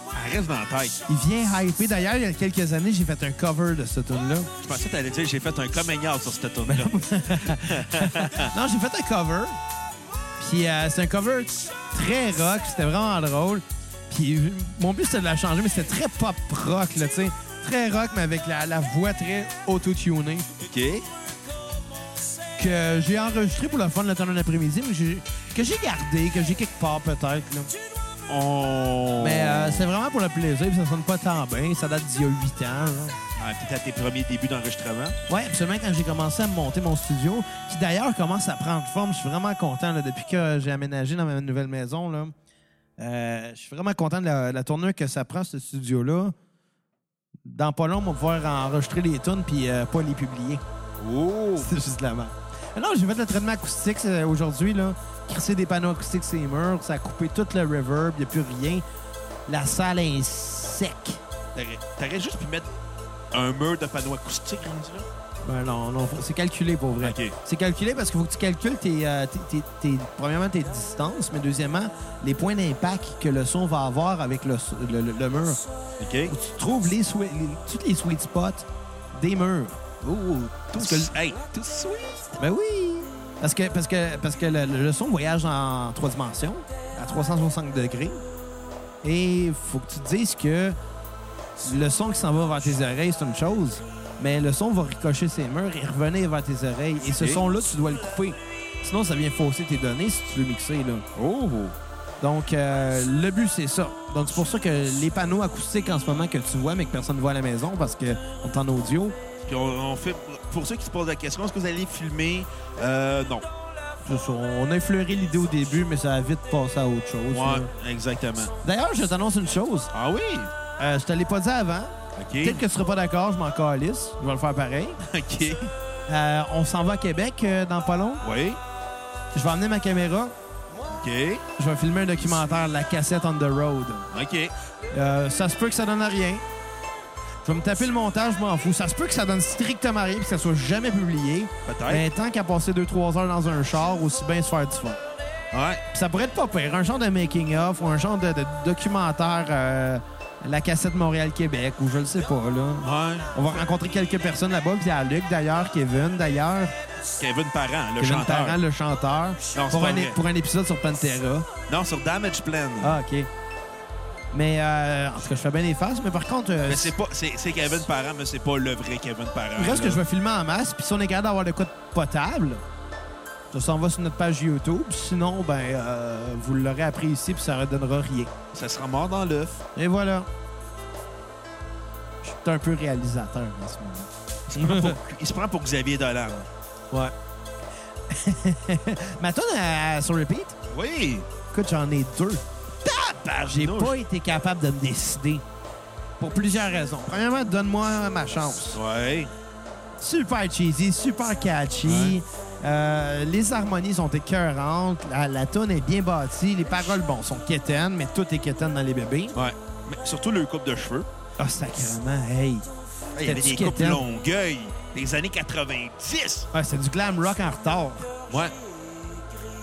C: Elle Ah, reste dans la tête.
A: il vient hyper. D'ailleurs, il y a quelques années, j'ai fait un cover de cette tune-là.
C: Je pensais que t'allais dire j'ai fait un coming out sur cette tournée là
A: Non, j'ai fait un cover. Puis euh, c'est un cover très rock. C'était vraiment drôle. Puis euh, mon but, c'était de la changer, mais c'était très pop rock, là, tu sais. Très rock, mais avec la, la voix très auto-tunée.
C: OK.
A: Que j'ai enregistré pour le fun le temps d'un après-midi, mais j'ai- que j'ai gardé, que j'ai quelque part peut-être. là.
C: On...
A: Mais euh, c'est vraiment pour le plaisir, puis ça sonne pas tant bien. Ça date d'il y a 8 ans. là.
C: Ah, t'étais à tes premiers débuts d'enregistrement.
A: Oui, absolument. Quand j'ai commencé à monter mon studio, qui d'ailleurs commence à prendre forme, je suis vraiment content. là, depuis que j'ai aménagé dans ma nouvelle maison, là, Euh, je suis vraiment content de la, la tournure que ça prend, ce studio-là. Dans pas long, on va pouvoir enregistrer les tunes puis euh, pas les publier.
C: Oh!
A: C'est juste la merde. Ah Non, j'ai fait le traitement acoustique euh, aujourd'hui. là. Crisser des panneaux acoustiques sur les murs, ça a coupé tout le reverb, il n'y a plus rien. La salle est sec.
C: T'aurais- T'aurais juste pu mettre un mur de panneaux acoustiques, rendu là?
A: Ben non, non, faut- c'est calculé pour vrai.
C: OK.
A: C'est calculé parce qu'il faut que tu calcules tes, euh, tes- tes- tes- premièrement tes distances, mais deuxièmement, les points d'impact que le son va avoir avec le, so- le- le- le mur.
C: OK.
A: Où tu trouves les, swe- les- tous les sweet spots des murs. Oh, parce que, le-
C: Hey, tout sweet.
A: ben oui. Parce que, parce que, parce que le, le son voyage en trois dimensions, à 360 degrés. Et il faut que tu te dises que le son qui s'en va vers tes oreilles, c'est une chose, mais le son va ricocher ses murs et revenir vers tes oreilles. Et ce
C: Ok.
A: son-là, tu dois le couper. Sinon, ça vient fausser tes données si tu veux mixer. Là.
C: Oh.
A: Donc, euh, le but, c'est ça. Donc, c'est pour ça que les panneaux acoustiques en ce moment que tu vois, mais que personne ne voit à la maison parce qu'on est en audio,
C: Puis on, on fait. Pour ceux qui se posent la question, est-ce que vous allez filmer? Euh, non.
A: c'est ça. on a effleuré l'idée au début, mais ça a vite passé à autre chose. là.
C: Ouais, exactement.
A: D'ailleurs, je t'annonce une chose.
C: Ah oui?
A: Euh, je te l'ai pas dit avant.
C: OK.
A: Peut-être que tu seras pas d'accord, je m'en calisse. Je vais le faire pareil.
C: OK.
A: Euh, on s'en va à Québec euh, dans pas long.
C: Oui.
A: Je vais emmener ma caméra.
C: OK.
A: Je vais filmer un documentaire, La cassette on the road.
C: OK.
A: Euh, ça se peut que ça donne à rien. Je vais me taper le montage, je m'en fous. Ça se peut que ça donne strictement rien et que ça soit jamais publié.
C: Peut-être.
A: Mais tant qu'à passer 2-3 heures dans un char, aussi bien se faire du fun.
C: Ouais.
A: Puis ça pourrait être pas pire. Un genre de making-of ou un genre de, de documentaire euh, La cassette Montréal-Québec ou je le sais pas, là.
C: Ouais.
A: On va rencontrer quelques personnes là-bas. Puis il y a Luc, d'ailleurs, Kevin, d'ailleurs.
C: Kevin Parent, le
A: Kevin
C: chanteur.
A: Parent, le chanteur.
C: Non, c'est
A: pour,
C: pas
A: un, é-
C: vrai.
A: pour un épisode sur Pantera.
C: Non, sur Damage Plan.
A: Ah, OK. Mais, euh, en tout cas, je fais bien les faces. Mais par contre, euh,
C: Mais c'est pas. C'est c'est Kevin Parent, mais c'est pas le vrai Kevin Parent.
A: Il reste que
C: là.
A: je vais filmer en masse, puis si on est capable d'avoir le code potable, ça s'en va sur notre page YouTube. Sinon, ben, euh, vous l'aurez appris ici, puis ça ne redonnera rien.
C: Ça sera mort dans l'œuf.
A: Et voilà. Je suis un peu réalisateur en ce moment.
C: Il se prend pour- Il se prend pour Xavier Dolan.
A: Ouais. Ma tonne à, sur repeat,
C: Oui.
A: écoute, j'en ai deux. J'ai
C: Tabarnouche.
A: pas été capable de me décider. Pour plusieurs raisons. Premièrement, donne-moi ma chance.
C: Ouais.
A: super cheesy, super catchy.
C: Ouais.
A: Euh, les harmonies sont écœurantes. La, la tune est bien bâtie. Les paroles, bon, sont quétaines, mais tout est quétaine dans les bébés.
C: Ouais. Mais surtout le coupe de cheveux.
A: Ah, sacrément, hey.
C: Il y avait des
A: T'as-tu
C: coupes
A: quétaine?
C: longueuil des années 90.
A: Ah, c'est du glam rock en retard.
C: Ouais.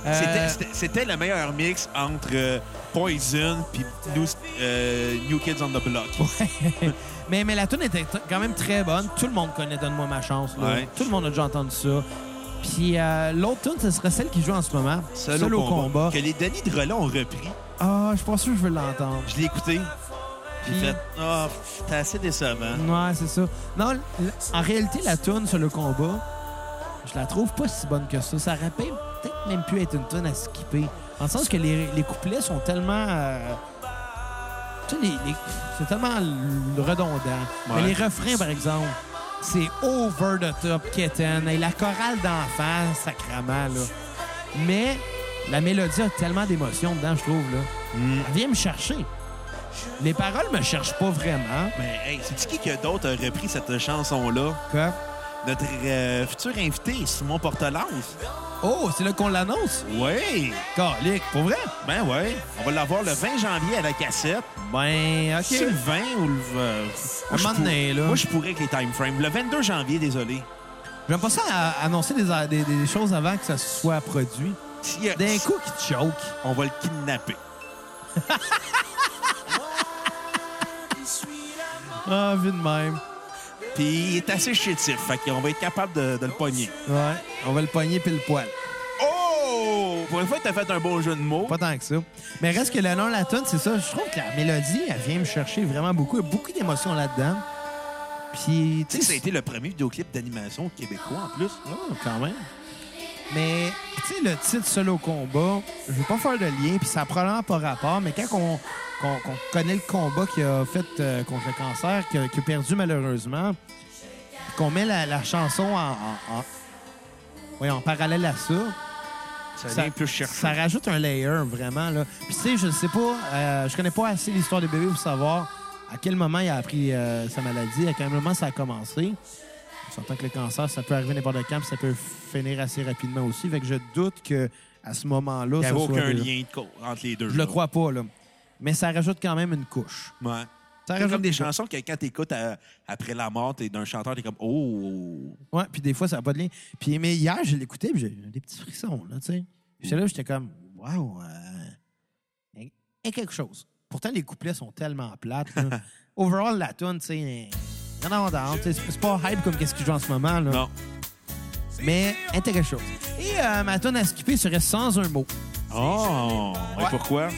A: Euh,
C: C'était- C'était c'était le meilleur mix entre euh, Poison puis New, euh, New Kids on the Block.
A: mais, mais la tune était t- quand même très bonne. Tout le monde connaît Donne-moi ma chance. là.
C: Ouais.
A: Tout le monde a déjà entendu ça. Puis euh, l'autre tune, ce serait celle qui joue en ce moment. Seul au combat.
C: Que les Denis de Relais ont repris.
A: Ah, je suis pas sûr que je veux l'entendre.
C: Je l'ai écouté. J'ai
A: Puis-
C: fait Ah, t'es assez décevant.
A: Ouais, c'est ça. Non, l- l- en réalité, la tune sur le combat, je la trouve pas si bonne que ça. Ça rappelle peut-être même plus être une tune à skipper. En le sens que les, les couplets sont tellement. euh, tu sais, les- les- c'est tellement l- redondant.
C: Ouais.
A: Mais les refrains, par exemple, c'est over the top, kitten. Et la chorale d'enfant, sacrament, là. Mais la mélodie a tellement d'émotions dedans, je trouve, là.
C: Mm.
A: Elle vient me chercher. Les paroles me cherchent pas vraiment.
C: Mais hey, c'est qui que d'autres a repris cette chanson-là?
A: Quoi?
C: Notre euh, futur invité, Simon Portelance.
A: Oh, c'est là qu'on l'annonce?
C: Oui!
A: Calique, pour vrai?
C: Ben ouais. On va l'avoir le 20 janvier à la cassette.
A: Ben,
C: C'est le 20 ou le... euh, moi, je
A: moment donné,
C: pour-
A: là.
C: Moi, je pourrais avec les time frames. Le 22 janvier, désolé.
A: J'aime pas ça à- annoncer des, des- des choses avant que ça soit produit.
C: S'il y a-
A: D'un coup, qui te choke.
C: on va le kidnapper.
A: Ah, vu de même.
C: Puis il est assez chétif, fait qu'on va être capable de, de le pogner.
A: Ouais, on va le pogner pile poil.
C: Oh! Pour une fois, t'as fait un bon jeu de mots.
A: Pas tant que ça. Mais reste que le nom de la tune, c'est ça. Je trouve que la mélodie, elle vient me chercher vraiment beaucoup. Il y a beaucoup d'émotions là-dedans. Puis,
C: Tu sais, ça a été le premier vidéoclip d'animation québécois en plus.
A: Oh, quand même. Mais, tu sais, le titre Solo Combat, je veux pas faire de lien, puis ça a probablement pas rapport, mais quand on, qu'on- qu'on connaît le combat qu'il a fait euh, contre le cancer, qu'il a, qu'il a perdu malheureusement, puis qu'on met la, la chanson en, en- en- oui, en parallèle à ça,
C: Ça,
A: ça,
C: vient plus chercher.
A: ça rajoute un layer, vraiment. Là. Puis, tu sais, je sais pas, euh, je connais pas assez l'histoire des bébés pour savoir à quel moment il a appris euh, sa maladie, à quel moment ça a commencé. On s'entend que le cancer, ça peut arriver n'importe quand, puis ça peut finir assez rapidement aussi. Fait que je doute que à ce moment-là,
C: Il n'y
A: ça
C: avait
A: soit...
C: aucun
A: là.
C: lien de co- entre les deux.
A: Je le
C: là.
A: crois pas, là. Mais ça rajoute quand même une couche.
C: Ouais.
A: Ça
C: C'est
A: rajoute
C: comme des
A: une
C: chansons que quand t'écoutes à- après la mort t'es d'un chanteur, t'es comme Oh!
A: Ouais, puis des fois, ça n'a pas de lien. Puis, mais hier, je l'écoutais, puis j'ai eu des petits frissons, là, tu sais. J'étais là, j'étais comme, waouh, euh, il y a quelque chose. Pourtant, les couplets sont tellement plates. là. Overall, la tune, tu sais, Non, non, non. C'est c'est pas hype comme qu'est-ce qu'il joue en ce moment, là.
C: Non.
A: Mais intéressant. Et euh, ma tonne à skipper serait sans un mot.
C: Oh!
A: Ouais.
C: Et pourquoi?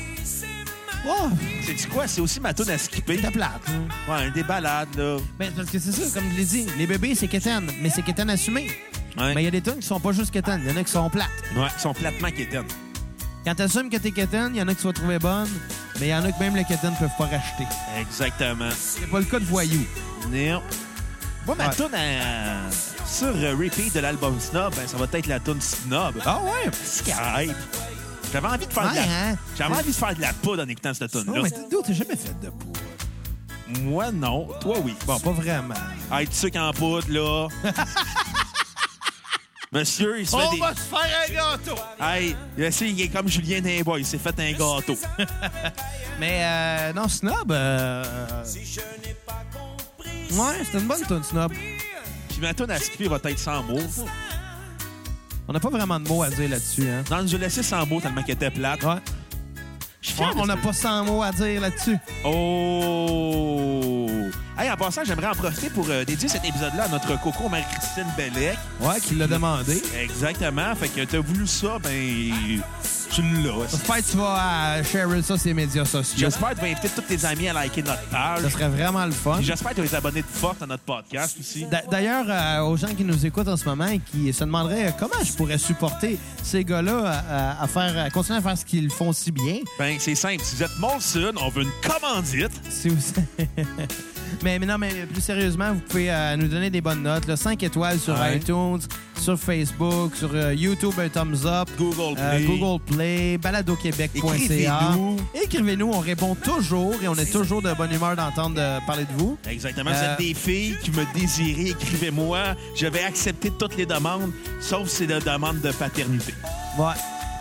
A: Oh,
C: C'est quoi? C'est aussi ma toune à skipper.
A: t'es plate. hein.
C: Ouais, des balades, là.
A: Mais parce que c'est ça, comme je l'ai dit, les bébés, c'est quétaine, mais c'est quétaine assumé.
C: Ouais.
A: Mais il y a des tonnes qui sont pas juste quétaines, il y en a qui sont plates.
C: Ouais, ils sont platement quétaines.
A: Quand t'assumes que t'es quétaine, il y en a qui sont trouvées bonnes, mais il y en a que même les quétaines peuvent pas racheter.
C: Exactement.
A: C'est pas le cas de voyous.
C: Non. Moi, ma
A: Ouais.
C: toune à- sur euh, repeat de l'album Snob, ben, ça va être la toune Snob.
A: Ah ouais?
C: Skype. J'avais envie de faire de
A: Ouais,
C: la...
A: hein?
C: J'avais envie de faire de la poudre en écoutant cette
A: Non,
C: tune-là.
A: mais t'es- d'où t'as jamais fait de poudre.
C: Moi, non. Toi, oui. Bon,
A: Bon, pas vraiment.
C: hey, tu sais qu'en poudre, là... Monsieur, il se fait des...
A: se faire un gâteau!
C: Hey, là, c'est- il est comme Julien Nimboy, il s'est fait un gâteau.
A: Mais euh, non, Snob... Euh... Ouais, c'était une bonne tune, Snob.
C: Puis ma toune à skipper va être sans mots.
A: On n'a pas vraiment de mots à dire là-dessus, hein?
C: Non, je l'ai laissé sans mots tellement qu'elle était plate.
A: Ouais.
C: Je suis
A: Ouais,
C: fier de
A: on
C: ce
A: n'a
C: que-
A: pas 100 mots à dire là-dessus.
C: Oh! Hey, en passant, j'aimerais en profiter pour euh, dédier cet épisode-là à notre coco Marie-Christine Bellec.
A: Ouais, qui l'a demandé.
C: Exactement. Fait que t'as voulu ça, ben... Tu l'as.
A: J'espère que tu vas euh, share ça sur les médias sociaux.
C: J'espère que tu vas inviter tous tes amis à liker notre
A: Ça
C: page.
A: serait vraiment le fun.
C: Puis J'espère que tu vas les abonner de force à notre podcast aussi.
A: D'a- D'ailleurs, euh, aux gens qui nous écoutent en ce moment et qui se demanderaient euh, comment je pourrais supporter ces gars-là euh, à, à- à faire, à continuer à faire ce qu'ils font si bien,
C: Ben, c'est simple. Si vous êtes Molson, on veut une commandite.
A: si vous... mais, mais non, mais plus sérieusement, vous pouvez euh, nous donner des bonnes notes. Là, 5 étoiles sur
C: Ouais.
A: iTunes, sur Facebook, sur euh, YouTube, un thumbs up.
C: Google
A: euh,
C: Play.
A: Google Play, baladoquebec.ca.
C: Écrivez-nous.
A: Écrivez-nous, on répond toujours et on est toujours de bonne humeur d'entendre euh, parler de vous.
C: Exactement.
A: Euh,
C: Vous êtes des filles qui me désiraient, écrivez-moi. J'avais accepté toutes les demandes, sauf c'est la demande de paternité.
A: Ouais.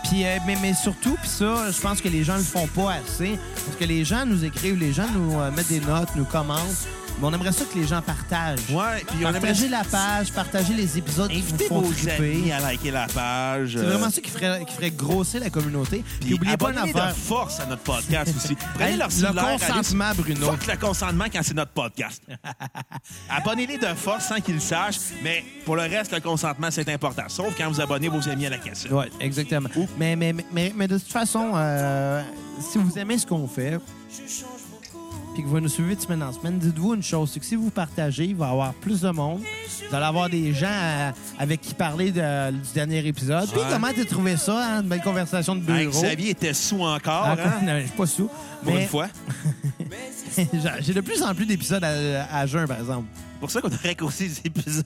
A: Puis, euh, mais, mais surtout, puis ça, je pense que les gens le font pas assez. Parce que les gens nous écrivent, les gens nous euh, mettent des notes, nous commentent. Mais on aimerait ça que les gens partagent.
C: Ouais, puis on aimerait
A: Partagez la page, partagez les épisodes qui vous
C: inviter
A: font
C: vos amis
A: triper.
C: à liker la page.
A: C'est
C: euh,
A: vraiment ça qui ferait, qui ferait grossir la communauté. Puis,
C: Puis
A: oubliez pas une
C: abonnez-les
A: affaire.
C: de force à notre podcast aussi. Prenez leur
A: le
C: cellulaire, allez-
A: consentement, Bruno.
C: Fuck le consentement quand c'est notre podcast. Abonnez-les de force sans qu'ils le sachent, mais pour le reste, le consentement, c'est important. Sauf quand vous abonnez vos amis à la cassette.
A: Ouais, exactement. Mais, mais, mais- mais, mais de toute façon, euh, si vous aimez ce qu'on fait, puis que vous nous suivez de semaine en semaine, dites-vous une chose, c'est que si vous partagez, il va y avoir plus de monde. Vous allez avoir des gens euh, avec qui parler de- du dernier épisode. Puis
C: Ouais.
A: comment t'as trouvé ça, hein, une belle conversation de
C: Hey,
A: bureau?
C: Xavier était sous encore,
A: Ah,
C: hein,
A: non, je suis pas sous.
C: pour
A: mais
C: une fois.
A: j'ai- J'ai de plus en plus d'épisodes à, à jeun, par exemple.
C: pour ça qu'on a raccourci les épisodes.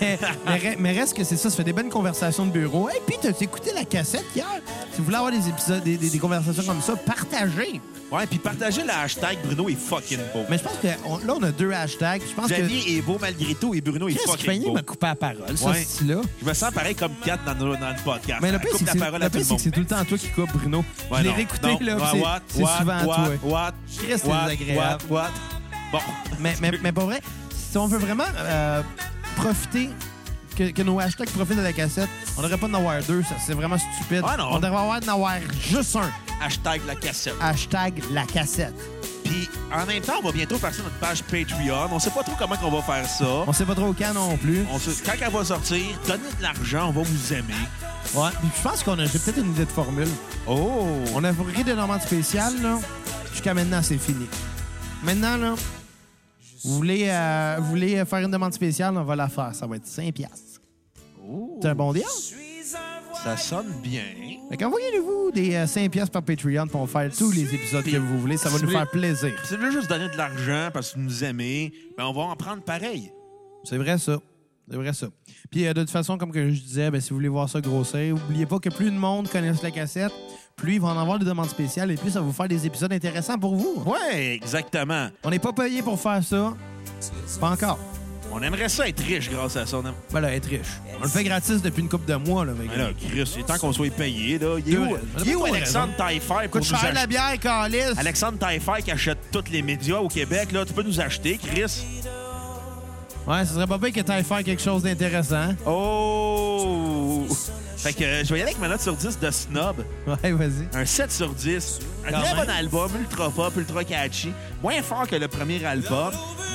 A: mais, mais re- mais reste que c'est ça, ça fait des bonnes conversations de bureau. Et puis, t'as t'as écouté la cassette hier? Si vous voulez avoir des épisodes, des, des- des conversations comme ça, partagez.
C: ouais, puis partagez le hashtag Bruno est fucking beau.
A: Mais je pense que on- là, on a deux hashtags. Je pense que.
C: Xavier est beau malgré tout et Bruno est
A: Qu'est-ce
C: fucking beau.
A: m'a coupé la parole, ce
C: Ouais.
A: style-là?
C: Je me sens pareil comme Kat dans, le- dans le podcast.
A: Mais le
C: Elle
A: pire,
C: coupe
A: c'est que
C: la
A: c'est-
C: parole
A: le
C: à tout
A: pire,
C: le
A: c'est
C: monde.
A: que c'est tout le temps toi qui coupe, Bruno.
C: Ouais,
A: je l'ai
C: non,
A: réécouté,
C: non,
A: là,
C: ouais,
A: puis
C: what,
A: c'est c'est
C: what,
A: souvent
C: what,
A: toi.
C: What,
A: Chris, c'est
C: what,
A: désagréable.
C: What, what. Bon.
A: Mais, mais, mais pour vrai, si on veut vraiment euh, profiter, que, que nos hashtags profitent de la cassette, on devrait pas en avoir deux, ça, c'est vraiment stupide.
C: Ah non.
A: On devrait avoir, en avoir juste un.
C: Hashtag la cassette.
A: Hashtag la cassette.
C: Puis en même temps, on va bientôt passer notre page Patreon. On sait pas trop comment qu'on va faire ça.
A: On sait pas trop quand non plus.
C: On se- Quand elle va sortir, donnez de l'argent, on va vous aimer.
A: Ouais. Puis je pense qu'on a j'ai peut-être une idée de formule.
C: Oh!
A: On a fabriqué des normandes spéciales, là. Jusqu'à maintenant, c'est fini. Maintenant, là, vous voulez, euh, vous voulez faire une demande spéciale, on va la faire. Ça va être 5 piastres. C'est un bon deal?
C: Ça sonne bien.
A: Fait qu'envoyez-nous des euh, 5 piastres par Patreon pour faire tous les épisodes que vous voulez. Ça va
C: Si
A: nous
C: vous voulez-
A: faire plaisir.
C: Si vous voulez juste donner de l'argent parce que vous nous aimez, ben on va en prendre pareil.
A: C'est vrai, ça. C'est vrai, ça. Puis, euh, de toute façon, comme que je disais, ben, si vous voulez voir ça grossir, n'oubliez pas que plus de monde connaisse la cassette, plus ils vont en avoir des demandes spéciales et plus ça va vous faire des épisodes intéressants pour vous.
C: Ouais, exactement.
A: On n'est pas payé pour faire ça. Pas encore.
C: On aimerait ça être riche grâce à ça. On aime-
A: Voilà, être riche. On le fait gratis depuis une couple de mois, là. fait que-
C: Mais Ah là, Chris, il est temps qu'on soit payé, là. Il est
A: Deux
C: où,
A: raisons.
C: il est où
A: Deux
C: Alexandre Taillefer pour
A: Coûte
C: nous
A: cher la
C: acheter?
A: bière, Calis.
C: Alexandre Taillefer qui achète tous les médias au Québec, là. Tu peux nous acheter, Chris?
A: Ouais, ce serait pas bien que t'ailles faire quelque chose d'intéressant.
C: Oh! Fait que euh, je vais y aller avec ma note sur 10 de Snob.
A: Ouais, vas-y.
C: Un 7 sur 10. Un
A: Quand
C: très
A: même.
C: bon album, ultra pop, ultra catchy. Moins fort que le premier album,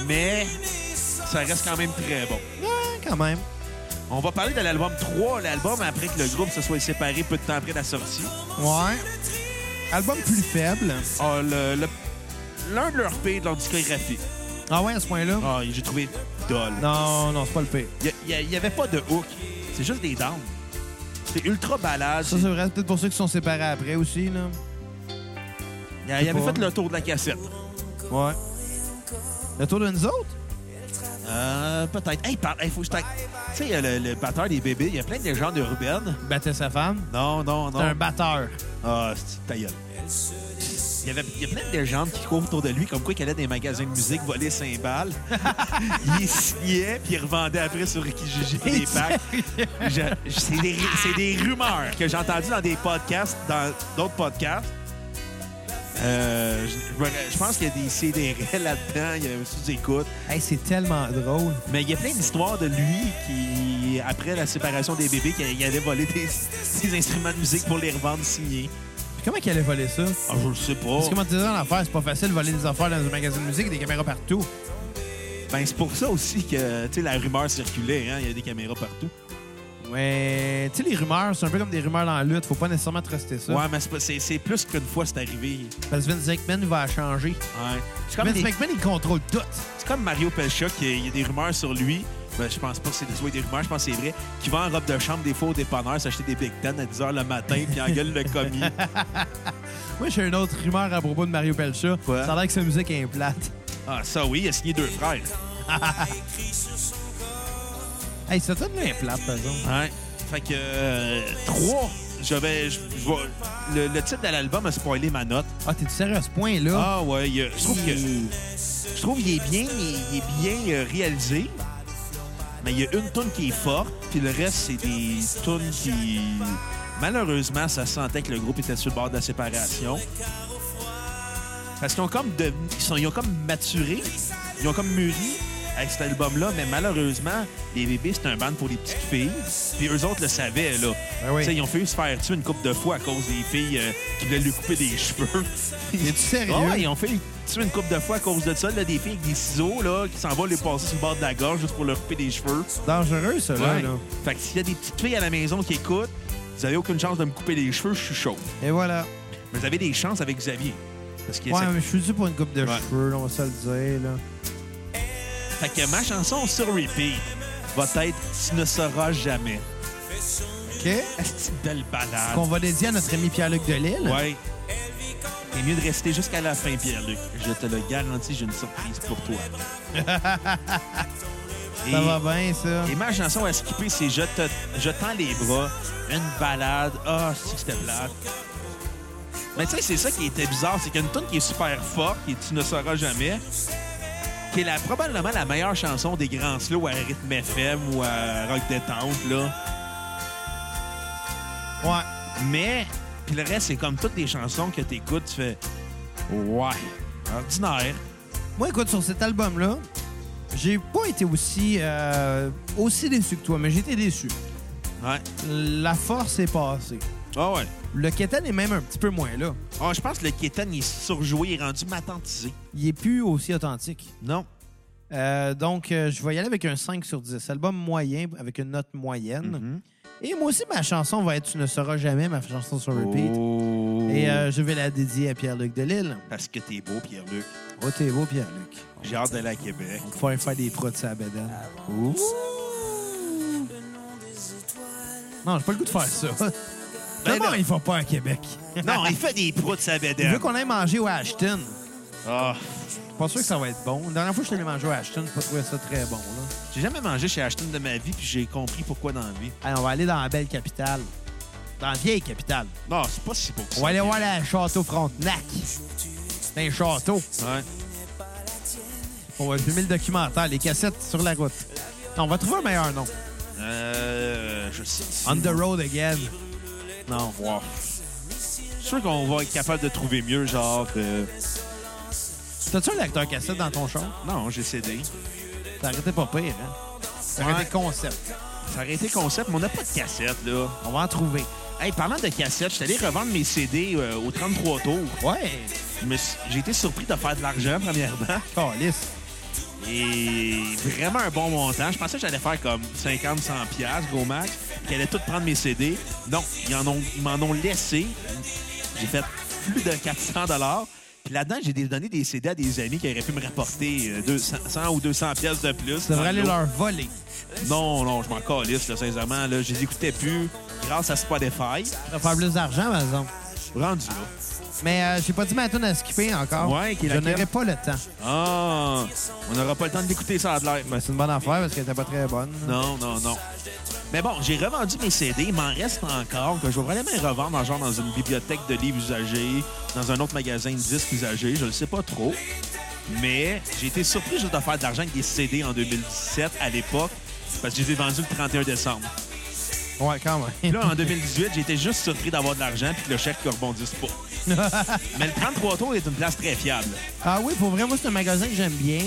C: mais ça reste quand même très bon.
A: Ouais, quand même.
C: On va parler de l'album 3, l'album après que le groupe se soit séparé peu de temps après la sortie.
A: Ouais. Album plus faible.
C: Ah, le- le- L'un de leurs pays de leur discographie.
A: Ah ouais, à ce point-là?
C: Ah, j'ai trouvé dol.
A: Non, non, c'est pas le pire.
C: Il n'y avait pas de hook. C'est juste des downs. C'est ultra balade.
A: Ça, c'est vrai. C'est peut-être pour ceux qui sont séparés après aussi, là.
C: Il avait
A: pas.
C: fait le tour de la cassette.
A: Ouais. Le tour de nous autres?
C: Euh, peut-être. Hey, par- hey, faut que je t'a- Tu sais, le, le batteur des bébés, il y a plein de légendes urbaines.
A: Battait sa femme.
C: Non, non,
A: C'est un
C: non.
A: batteur.
C: Ah, c'est ta gueule. Il y, avait, il y a plein de légendes qui courent autour de lui, comme quoi il allait dans des magasins de musique voler 5 balles. il signait, puis il revendait après sur Kijiji des packs. Je- je- C'est des, ru- c'est des rumeurs que j'ai entendues dans des podcasts, dans d'autres podcasts. Euh, je, je me- je pense qu'il y a des CDR là-dedans, il y a un sous-écoute.
A: Hey, c'est tellement drôle.
C: Mais il y a plein d'histoires de lui qui, après la séparation des bébés, qu'il il allait voler des, des instruments de musique pour les revendre signés.
A: Puis comment qu'elle allait voler ça?
C: Ah, je le sais pas.
A: Parce que, comment tu dis dans l'affaire, c'est pas facile de voler des affaires dans un magasin de musique, des caméras partout.
C: Ben, c'est pour ça aussi que tu sais, la rumeur circulait. hein, Il y a des caméras partout.
A: Ouais, tu sais, les rumeurs, c'est un peu comme des rumeurs dans la lutte. Faut pas nécessairement truster ça.
C: Ouais, mais c'est pas- c'est c'est plus qu'une fois c'est arrivé.
A: Parce que Vince McMahon, il va changer.
C: Ouais. C'est comme,
A: Vince
C: des-
A: McMahon, il contrôle tout.
C: c'est comme Mario Pelcha, qu'il y a des rumeurs sur lui. Ben, je pense pas que c'est soit des rumeurs, je pense que c'est vrai. Qui va en robe de chambre des fois au dépanneur s'acheter des Big Ten à 10 h le matin puis engueule le commis.
A: Moi, j'ai une autre rumeur à propos de Mario Pelcha.
C: Quoi?
A: Ça a l'air que sa musique est plate.
C: Ah, ça oui, il a signé deux frères.
A: Hey, ça donne est plate, par exemple.
C: Ouais. Fait que 3, j'avais. je- je vois- Le, le titre de l'album a spoilé ma note.
A: Ah, t'es-tu sérieux à ce point-là?
C: Ah ouais, il y a- je trouve que. Je trouve qu'il est bien, il est bien euh, réalisé. Mais il y a une toune qui est forte, puis le reste, c'est des tunes qui. Malheureusement, ça sentait que le groupe était sur le bord de la séparation. Parce qu'ils ont comme devenu- ils, sont- ils ont comme maturé, ils ont comme mûri avec cet album-là, mais malheureusement, les bébés, c'est un band pour les petites filles. Puis eux autres le savaient, là.
A: Ben oui.
C: Tu sais, Ils ont fait se faire tuer une couple de fois à cause des filles euh, qui voulaient lui couper des cheveux.
A: Es-tu sérieux?
C: Ah ouais, ils ont fait tuer une couple de fois à cause de ça, là, des filles avec des ciseaux là, qui s'en vont les passer sur le bord de la gorge juste pour leur couper des cheveux.
A: C'est dangereux, ça, là,
C: Ouais.
A: là.
C: Fait que s'il y a des petites filles à la maison qui écoutent, vous avez aucune chance de me couper les cheveux, je suis chaud.
A: Et voilà.
C: Mais vous avez des chances avec Xavier. Parce que
A: Ouais, mais je suis dû pour une coupe de
C: Ouais.
A: cheveux, là, on va se le dire, là.
C: Fait que ma chanson sur repeat va être Tu ne sauras jamais.
A: OK?
C: Est-ce une belle balade?
A: Qu'on va dédier à notre ami Pierre-Luc Delisle.
C: Ouais. C'est mieux de rester jusqu'à la fin, Pierre-Luc. Je te le garantis, j'ai une surprise pour toi. Et-
A: Ça va bien, ça.
C: Et ma chanson à skipper, c'est je, te, je tends les bras, une balade. Ah, si que c'était plate. Mais tu sais, c'est ça qui était bizarre. C'est qu'il y a une tune qui est super forte, qui est Tu ne sauras jamais, qui est la- probablement la meilleure chanson des Grands Slow à rythme FM ou à Rock Détente, là.
A: Ouais.
C: Mais, puis le reste, c'est comme toutes les chansons que t'écoutes, tu fais Ouais, ordinaire.
A: Moi, écoute, sur cet album-là, j'ai pas été aussi, euh, aussi déçu que toi, mais j'étais déçu.
C: Ouais.
A: La force est passée.
C: Ah ouais.
A: Le Kétan est même un petit peu moins là.
C: Ah, je pense que le Kétan, il est surjoué, il est rendu matantisé.
A: Il est plus aussi authentique.
C: Non.
A: Euh, donc, euh, je vais y aller avec un 5 sur 10. Album moyen, avec une note moyenne. Et moi aussi, ma chanson va être Tu ne seras jamais, ma chanson sur repeat.
C: Oh.
A: Et euh, je vais la dédier à Pierre-Luc Delisle.
C: Parce que t'es beau, Pierre-Luc.
A: Oh, t'es beau, Pierre-Luc.
C: J'ai hâte d'aller à Québec.
A: On va faire des prods de sa bédaine. Non, j'ai pas le goût de faire ça.
C: Ben
A: Comment
C: non.
A: il va pas à Québec?
C: Non, il fait des proutes, sa
A: Il veut
C: bédaine.
A: qu'on aille manger au Ashton.
C: Ah,
A: Je suis pas sûr que ça va être bon. La dernière fois que je suis allé manger au Ashton, j'ai pas trouvé ça très bon. Là.
C: J'ai jamais mangé chez Ashton de ma vie, puis j'ai compris pourquoi dans la vie.
A: Allez, on va aller dans la belle capitale. Dans la vieille capitale.
C: Non, c'est pas si beau que ça.
A: On va aller voir le château Frontenac. C'est un château.
C: Ouais.
A: On va filmer le documentaire, les cassettes sur la route. Non, on va trouver un meilleur nom.
C: Euh, je sais.
A: On the road again.
C: Non, wow. Je suis sûr qu'on va être capable de trouver mieux, genre. euh,
A: T'as-tu un lecteur cassette dans ton char?
C: Non, j'ai cédé.
A: Ça arrêtait pas pire, hein? Ça arrêtait
C: Ouais.
A: concept.
C: Ça aurait été concept, mais on n'a pas de cassette, là.
A: On va en trouver.
C: Hey, parlant de cassette, je suis allé revendre mes CD euh, au 33 tours.
A: Ouais.
C: Je me suis- J'ai été surpris de faire de l'argent, premièrement.
A: Calice.
C: Et vraiment un bon montant. Je pensais que j'allais faire comme 50, 100 piastres, gros max, qu'elle allait tout prendre mes CD. Non, ils en ont- ils m'en ont, laissé. J'ai fait plus de 400 dollars. Puis là-dedans, j'ai donné des CD à des amis qui auraient pu me rapporter euh, 200, 100 ou 200 pièces de plus.
A: Ça devrait aller
C: Non,
A: leur voler.
C: Non, non, je m'en calisse, là, sincèrement. Là, je les écoutais plus grâce à Spotify.
A: Ça va faire plus d'argent, par exemple.
C: Rendu là.
A: Mais euh, j'ai pas dit ma tune à skipper encore.
C: Ouais, qui est
A: Je
C: laquelle?
A: n'aurai pas le temps.
C: Ah, on n'aura pas le temps d'écouter ça à de l'air.
A: Ben, c'est une bonne affaire parce qu'elle était pas très bonne.
C: Non, non, non. Mais bon, j'ai revendu mes CD. Il m'en reste encore que je vais vraiment les revendre genre dans une bibliothèque de livres usagés, dans un autre magasin de disques usagés. Je ne sais pas trop. Mais j'ai été surpris juste de faire de l'argent avec des CD en 2017 à l'époque parce que je les ai vendus le 31 décembre.
A: Ouais, quand
C: Puis
A: même.
C: Là, en 2018, j'étais juste surpris d'avoir de l'argent puis que le chèque ne rebondisse pas. Mais le 33 tours est une place très fiable.
A: Ah oui, pour vrai, moi, c'est un magasin que j'aime bien.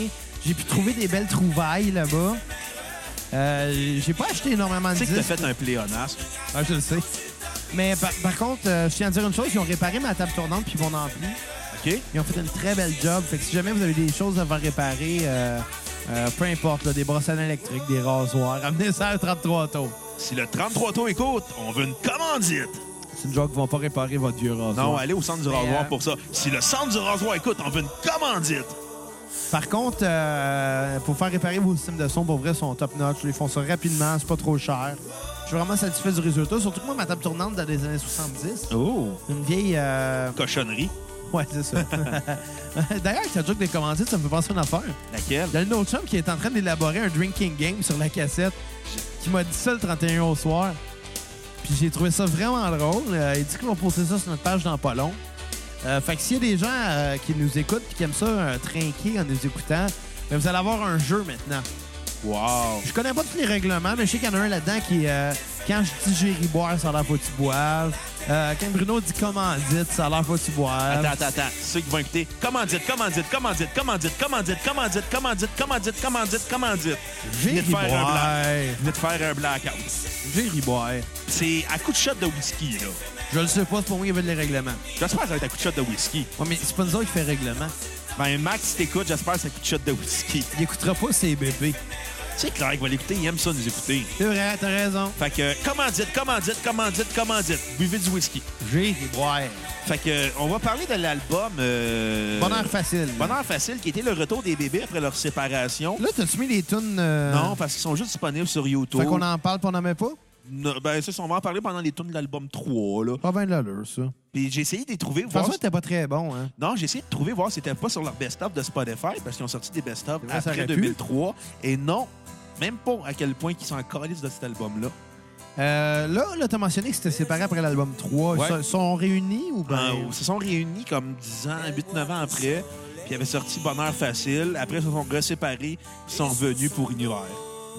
A: J'ai pu trouver des belles trouvailles là-bas. Euh, j'ai pas acheté énormément de
C: Tu sais que t'as
A: disques.
C: fait un pléonasme.
A: Ah, je le sais. Mais par, par contre, euh, je tiens à dire une chose, ils ont réparé ma table tournante puis mon ampli.
C: OK?
A: Ils ont fait une très belle job. Fait que si jamais vous avez des choses à faire réparer, euh, euh, peu importe, là, des brosses à dents électriques, des rasoirs, ramenez ça à 33 tours.
C: Si le 33 tours écoute, on veut une commandite.
A: C'est une joke qu'ils vont pas réparer votre vieux rasoir.
C: Non, allez au centre du
A: Mais,
C: rasoir
A: euh,
C: pour ça. Si le centre du rasoir écoute, on veut une commandite.
A: Par contre, euh, pour faire réparer vos systèmes de son, pour vrai, sont top notch. Ils font ça rapidement, c'est pas trop cher. Je suis vraiment satisfait du résultat. Surtout que moi, ma table tournante date des années 70.
C: Oh.
A: Une vieille. euh,
C: Cochonnerie.
A: Ouais, c'est ça. D'ailleurs, avec la joke des commandites, ça me fait penser à une affaire.
C: Laquelle?
A: Il y a un autre chum qui est en train d'élaborer un drinking game sur la cassette qui m'a dit ça le 31 au soir. Puis j'ai trouvé ça vraiment drôle. Euh, il dit qu'ils vont poster ça sur notre page dans pas long. Euh, fait que s'il y a des gens euh, qui nous écoutent et qui aiment ça euh, trinquer en nous écoutant, ben, vous allez avoir un jeu maintenant.
C: Wow.
A: Je connais pas tous les règlements, mais je sais qu'il y en a un là-dedans qui est euh, quand je dis j'ai ri boire, ça a l'air faut que tu boives. Euh, quand Bruno dit commandite, ça a l'air faut que tu boives.
C: Attends, attends, attends. Ceux qui vont écouter, commandite, commandite, commandite, commandite, commandite, commandite, commandite, commandite, commandite, commandite.
A: J'ai
C: Venez de
A: ri
C: faire un
A: boire.
C: black. Venez de faire un blackout.
A: J'ai ri boire.
C: C'est à coup de shot de whisky, là.
A: Je le sais pas, c'est pour moi qu'il y avait des règlements.
C: J'espère que ça va être à coup de shot de whisky.
A: Ouais, mais c'est pas nous autres qui fait règlement.
C: Ben, Max, si t'écoutes, j'espère que c'est à coup de shot de whisky.
A: Il écoutera pas ses bébés.
C: C'est clair qu'il va l'écouter, il aime ça nous écouter.
A: C'est vrai, t'as raison.
C: Fait que, commandite, commandite, commandite, commandite. Buvez du whisky.
A: J'ai des boires.
C: Fait que, euh, on va parler de l'album. euh,
A: Bonheur facile.
C: Bonheur facile, qui était le retour des bébés après leur séparation.
A: Là, t'as-tu mis les tunes... euh,
C: Non, parce qu'ils sont juste disponibles sur YouTube.
A: Fait qu'on en parle pis on n'en met pas?
C: Non, Ben, ça, on va en parler pendant les tours de l'album 3, là.
A: Pas bien de l'allure, ça. De
C: Puis j'ai essayé de les trouver,
A: toute
C: voir.
A: façon, t'es pas très bon, hein?
C: Non, j'ai essayé de trouver, voir si c'était pas sur leur best-of de Spotify, parce qu'ils ont sorti des best-of
A: C'est vrai, ça
C: après
A: aurait pu.
C: 2003. Et non, même pas à quel point ils sont en calice de cet album-là.
A: Euh, là, là t'as mentionné que c'était séparé après l'album 3. Ils
C: Ouais.
A: sont- sont réunis ou bien...
C: Ben, ils se sont réunis comme 10 ans, 8-9 ans après. Puis ils avaient sorti Bonheur Facile. Après, ils se sont reséparés. puis Ils sont revenus pour Univers.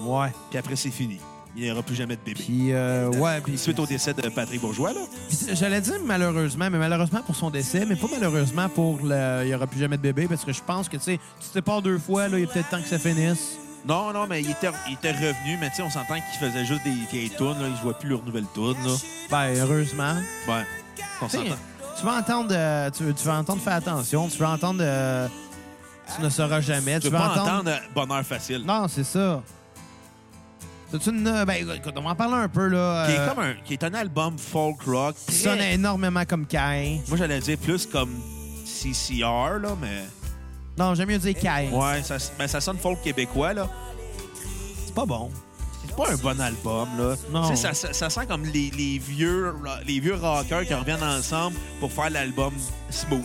A: Ouais.
C: Puis après, c'est fini. Il n'y aura plus jamais de bébé.
A: Puis, euh, ouais, puis...
C: Suite au décès de Patrick Bourgeois, là.
A: Puis c'est- J'allais dire malheureusement, mais malheureusement pour son décès, mais pas malheureusement pour le. Il n'y aura plus jamais de bébé, parce que je pense que, tu sais, tu te sépares deux fois, là, il est peut-être temps que ça finisse.
C: Non, non, mais il était, il était revenu, mais tu sais, on s'entend qu'il faisait juste des vieilles tunes, là. Il jouait plus leurs nouvelles tunes, là.
A: Ben, heureusement.
C: Ouais. On
A: Tu sais,
C: s'entend.
A: tu vas entendre. euh, tu, tu vas entendre faire attention, tu vas entendre. euh, tu ne sauras jamais. Tu
C: Tu veux pas
A: vas
C: entendre,
A: entendre.
C: euh, Bonheur Facile.
A: Non, c'est ça. T'as-tu une. euh, Ben, écoute, on va en parler un peu, là.
C: Qui
A: euh,
C: est comme un, qui est un album folk rock.
A: qui
C: très-
A: sonne énormément comme Kai.
C: Moi, j'allais dire plus comme CCR, là, mais.
A: Non, j'aime mieux dire Kai.
C: Ouais, ça, ben, ça sonne folk québécois, là.
A: C'est pas bon.
C: C'est pas un bon album, là.
A: Non.
C: Tu sais, Ça, ça, ça sent comme les, les vieux, ro- les vieux rockers qui reviennent ensemble pour faire l'album smooth.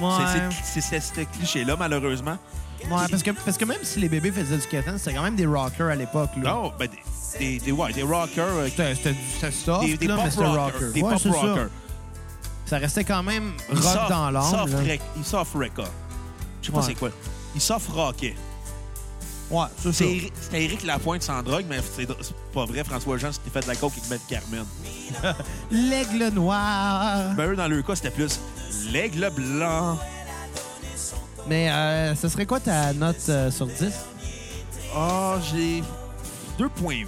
A: Ouais.
C: C'est- C'est c'est- c'est ce cliché-là, malheureusement.
A: Ouais, parce que, parce que même si les bébés faisaient du katan, c'était quand même des rockers à l'époque, là.
C: Non, ben, des, des, des- ouais, des rockers. euh, qui-
A: C'était- C'était du- c'était soft,
C: des, des
A: là,
C: pop
A: mais c'était
C: rockers.
A: rocker.
C: Des
A: Ouais,
C: pop
A: c'est ça.
C: rockers.
A: Ça restait quand même
C: Ils
A: rock
C: soft-
A: dans l'âme.
C: soft
A: là.
C: rec- Ils soft record. Je sais pas
A: Ouais.
C: c'est quoi. Ils soft rockaient.
A: Ouais, c'est ça.
C: C'est Éric- C'était Éric Lapointe sans drogue, mais c'est c'est pas vrai, François Jean, c'est qui fait de la coke et qui met de Carmen.
A: L'aigle noir.
C: Ben, eux, dans leur cas, c'était plus l'aigle blanc.
A: Mais euh, ce serait quoi ta note euh, sur 10?
C: Oh, j'ai. 2.8.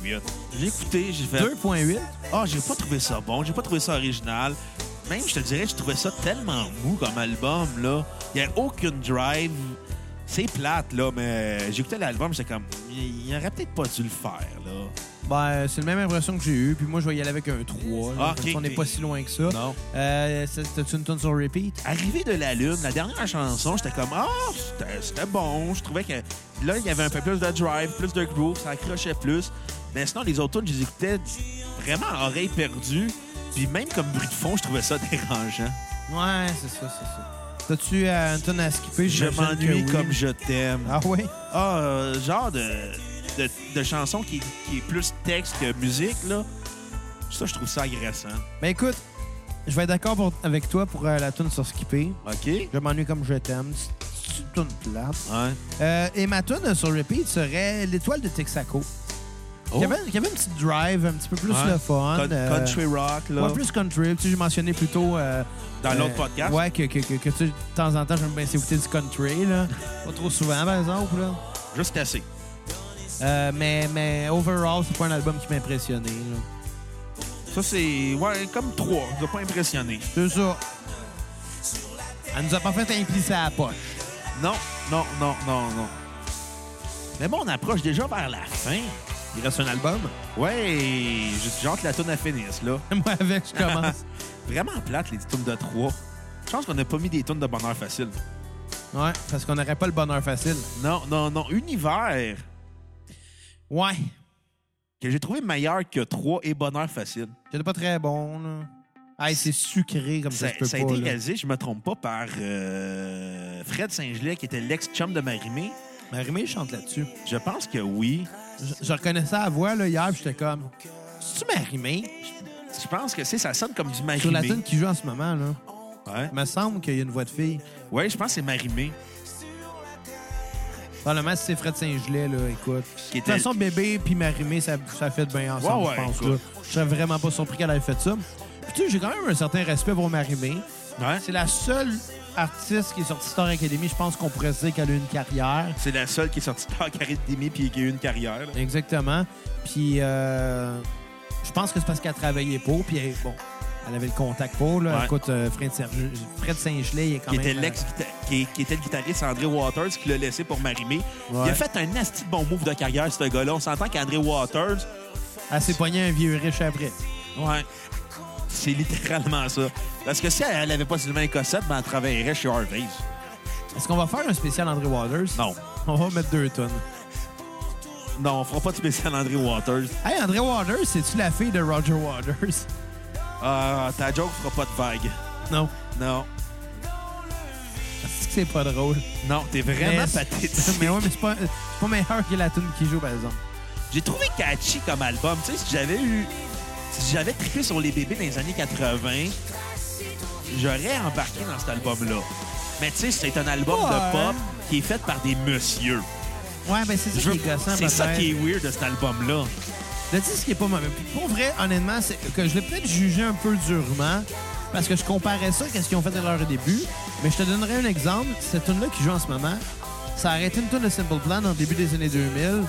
C: J'ai écouté, j'ai fait.
A: 2.8.
C: Ah, j'ai pas trouvé ça bon, j'ai pas trouvé ça original. Même, je te dirais, je trouvais ça tellement mou comme album, là. Il n'y a aucune drive. C'est plate, là, mais j'écoutais l'album, j'étais comme, il il aurait peut-être pas dû le faire, là.
A: Ben, c'est la même impression que j'ai eue. Puis moi, je vais y aller avec un 3. là.
C: Ah, ok,
A: Parce qu'on n'est
C: ok.
A: pas si loin que ça.
C: Non.
A: Euh, c'est- T'as-tu une tonne sur repeat?
C: Arrivé de la Lune, la dernière chanson, j'étais comme, ah, c'était- c'était bon. Je trouvais que là, il y avait un peu plus de drive, plus de groove, ça accrochait plus. Mais sinon, les autres tunes, je les écoutais vraiment à oreille perdue. Puis même comme bruit de fond, je trouvais ça dérangeant.
A: Ouais, c'est ça, c'est ça. T'as-tu euh, une tonne à skipper?
C: Je
A: J'imagine
C: m'ennuie
A: que oui.
C: comme je t'aime.
A: Ah oui?
C: Ah, euh, genre de, de, de chanson qui, qui est plus texte que musique, là. Ça, je trouve ça agressant.
A: Ben écoute, je vais être d'accord pour- avec toi pour euh, la tonne sur skipper.
C: OK? Ouais.
A: Je m'ennuie comme je t'aime. C'est une tonne plate. Euh, et ma tonne sur repeat serait l'étoile de Texaco. Il, y avait, il y avait une petite drive, un petit peu plus
C: Oh. Ouais.
A: le fun.
C: Con-
A: euh,
C: country rock, là.
A: Ouais, plus country. Tu sais, j'ai mentionné plus tôt. euh,
C: Dans
A: euh,
C: l'autre podcast.
A: Ouais, que, que, que, que tu sais, de temps en temps, j'aime bien s'écouter du country, là. Pas trop souvent, par exemple, là.
C: Juste assez.
A: Euh, mais, mais overall, c'est pas un album qui m'a impressionné, là.
C: Ça, c'est. Ouais, comme trois. Je dois pas impressionné.
A: C'est ça. Elle nous a pas fait implisser à la poche.
C: Non, non, non, non, non. Mais bon, on approche déjà vers la fin.
A: Il reste un album?
C: Ouais, j'ai j'ai hâte que la tune finisse, là.
A: Moi, avec, je commence.
C: Vraiment plate, les tunes de trois. Je pense qu'on n'a pas mis des tunes de bonheur facile.
A: ouais, parce qu'on n'aurait pas le bonheur facile.
C: Non, non, non. Univers.
A: Ouais.
C: que j'ai trouvé meilleur que 3 et Bonheur Facile.
A: J'étais pas très bon, là. Ah, c'est sucré comme ça,
C: Ça,
A: je peux
C: ça a
A: pas,
C: été
A: là.
C: réalisé, je me trompe pas, par euh, Fred Saint-Gelais, qui était l'ex-chum de Marimé.
A: Mais Rémi, je chante là-dessus.
C: Je pense que oui.
A: Je, je reconnaissais la voix, là, hier, puis j'étais comme... C'est-tu Marimé?
C: Je pense que c'est ça sonne comme du Marimé.
A: Sur la tune qui joue en ce moment, là.
C: Ouais.
A: Il me semble qu'il y a une voix de fille.
C: Ouais, je pense que c'est Marimé.
A: Probablement, si c'est Fred Saint-Gelais, là, écoute.
C: Qui
A: De toute
C: était...
A: façon, bébé puis Marimé, ça, ça fait de bien ensemble,
C: Ouais, ouais,
A: je pense.
C: écoute.
A: là. Je serais vraiment pas surpris qu'elle ait fait ça. Puis tu sais, j'ai quand même un certain respect pour Marimé.
C: Ouais.
A: C'est la seule artiste qui est sortie Star Academy, je pense qu'on pourrait se dire qu'elle a eu une carrière.
C: C'est la seule qui est sortie par carré de demi puis qui a eu une carrière. là.
A: Exactement. Puis euh, je pense que c'est parce qu'elle travaillait pour, puis elle, bon, elle avait le contact pour. Là.
C: Ouais.
A: Écoute, euh, Fred, Serge- Fred Saint-Gelais, il est quand
C: Qui
A: même... hein. euh,
C: était, l'ex qui, qui était le guitariste André Waters, qui l'a laissé pour Marimé. Il
A: Ouais.
C: a fait un asti de bon move de carrière, ce gars-là. On s'entend qu'André Waters,
A: Elle s'est pognée un vieux riche après.
C: Ouais. C'est littéralement ça. Parce que si elle avait pas Sylvain Cossette, ben elle travaillerait chez Harvey's.
A: Est-ce qu'on va faire un spécial André Waters?
C: Non.
A: On va mettre deux tonnes.
C: Non, on fera pas de spécial André Waters.
A: Hey, André Waters, c'est-tu la fille de Roger Waters?
C: Ah, ta joke fera pas de vague.
A: Non.
C: Non.
A: C'est que c'est pas drôle.
C: Non, t'es vraiment
A: Mais-
C: pathétique.
A: Mais ouais, mais c'est pas, c'est pas meilleur que la tune qui joue, par exemple.
C: J'ai trouvé catchy comme album. Tu sais, si j'avais eu. Si j'avais trippé sur les bébés dans les années 80, j'aurais embarqué dans cet album-là. Mais tu sais, c'est un album
A: Ouais.
C: de pop qui est fait par des messieurs.
A: Ouais, ben c'est ça
C: Je
A: qui
C: veux-
A: est gossant,
C: C'est ça
A: peut-être.
C: qui est weird de cet album-là.
A: Le disque qui est pas mauvais. Puis pour vrai, honnêtement, c'est que je l'ai peut-être jugé un peu durement parce que je comparais ça à ce qu'ils ont fait à leur début. Mais je te donnerai un exemple. Cette tune-là qui joue en ce moment, ça a été une tune de Simple Plan en début des années 2000.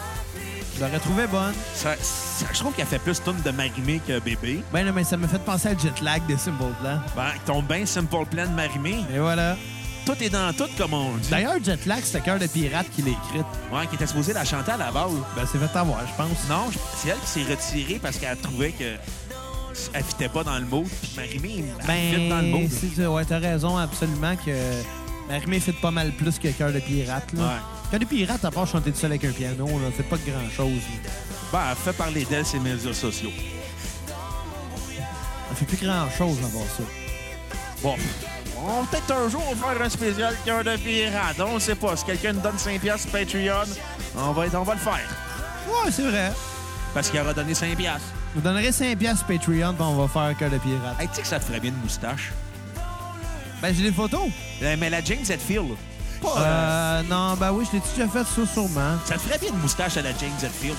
A: Je l'aurais trouvée bonne.
C: Ça, ça- je trouve qu'elle fait plus tune de Marimé que bébé.
A: Ben non, mais ça me fait penser à Jetlag de Simple Plan.
C: Ben, ton bain Simple Plan de Marimé,
A: Et voilà.
C: tout est dans tout, comme on dit.
A: D'ailleurs, Jetlag, c'est Cœur de Pirate qui l'a écrite.
C: Ouais, qui était supposée la chanter à la base.
A: Ben, c'est fait avoir, je pense.
C: Non, je- c'est elle qui s'est retirée parce qu'elle trouvait que elle fitait pas dans le mot. Puis Marimé, elle
A: Ben,
C: fit dans le mot.
A: si tu- ouais, t'as raison absolument que Marimé fait pas mal plus que Cœur de Pirate. Là.
C: Ouais.
A: Cœur de Pirate, à part chanter tout seul avec un piano, là, fait pas grand-chose. là.
C: Ben, elle fait parler d'elle ses médias sociaux.
A: Elle fait plus grand-chose avant ça.
C: Bon. On peut-être un jour faire un spécial cœur de pirate. On sait pas. Si quelqu'un nous donne 5 piastres sur Patreon, on va, être- on va le faire.
A: Ouais, c'est vrai.
C: Parce qu'il aura donné 5 piastres.
A: Vous donnerez 5 piastres sur Patreon, puis on va faire Cœur de Pirate.
C: Hey, tu sais que ça te ferait bien une moustache.
A: Ben, j'ai des photos.
C: Euh, Mais la James Hetfield, pas... euh,
A: Euh, non, ben oui, je l'ai déjà fait, ça, sûrement.
C: Ça te ferait bien une moustache à la James Hetfield.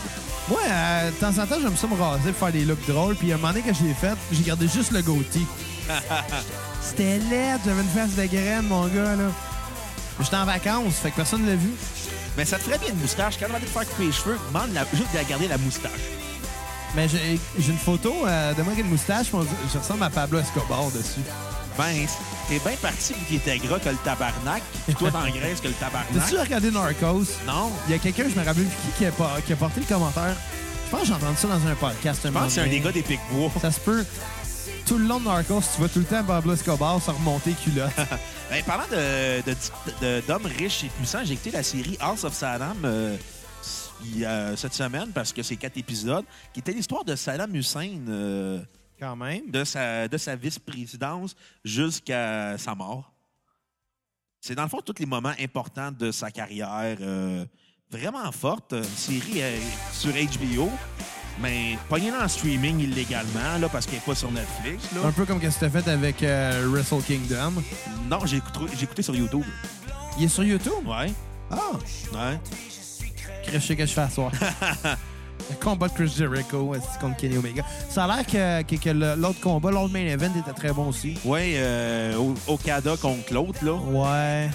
A: Moi, euh, de temps en temps, j'aime ça me raser pour faire des looks drôles. Puis à un moment donné, quand je l'ai fait, j'ai gardé juste le goatee. C'était laid, j'avais une face de graine, mon gars, là. J'étais en vacances, fait que personne ne l'a vu.
C: Mais ça te ferait bien une moustache. Quand on va te faire couper les cheveux, demande la, juste de garder la moustache.
A: Mais j'ai j'ai une photo euh, de moi avec une moustache. puis on dit- Je ressemble à Pablo Escobar dessus.
C: Ben, t'es bien parti vu qu'il était gras que le tabarnak, puis toi t'engraisses que le tabarnak.
A: T'as-tu regardé Narcos?
C: Non.
A: Il y a quelqu'un, je me rappelle plus qui, qui a, pa- qui a porté le commentaire. Je pense que j'ai entendu ça dans un podcast.
C: Je pense que c'est un des gars des bois.
A: Ça se peut. Tout le long de Narcos, tu vois tout le temps Pablo Escobar se remonter culotte.
C: Ben, parlant de, de dict- de- d'hommes riches et puissants, j'ai écouté la série House of Saddam euh, il y a- cette semaine parce que c'est quatre épisodes, qui était l'histoire de Saddam Hussein, euh,
A: Quand même.
C: de sa, de sa vice-présidence jusqu'à sa mort. C'est dans le fond tous les moments importants de sa carrière. euh, vraiment forte. Une série euh, sur HBO. Mais pognez-la en streaming illégalement, là, parce qu'elle n'est pas sur Netflix. là.
A: Un peu comme que c'était fait avec euh, Wrestle Kingdom.
C: Non, j'ai écouté, j'ai écouté sur YouTube.
A: Il est sur YouTube?
C: Ouais.
A: Ah!
C: Ouais.
A: Chris, je sais que je fais à soir. le combat de Chris Jericho euh, c'est contre Kenny Omega. Ça a l'air que, que- que le- l'autre combat, l'autre main event était très bon aussi.
C: Ouais, euh, O- Okada contre l'autre, là.
A: Oh. Ouais.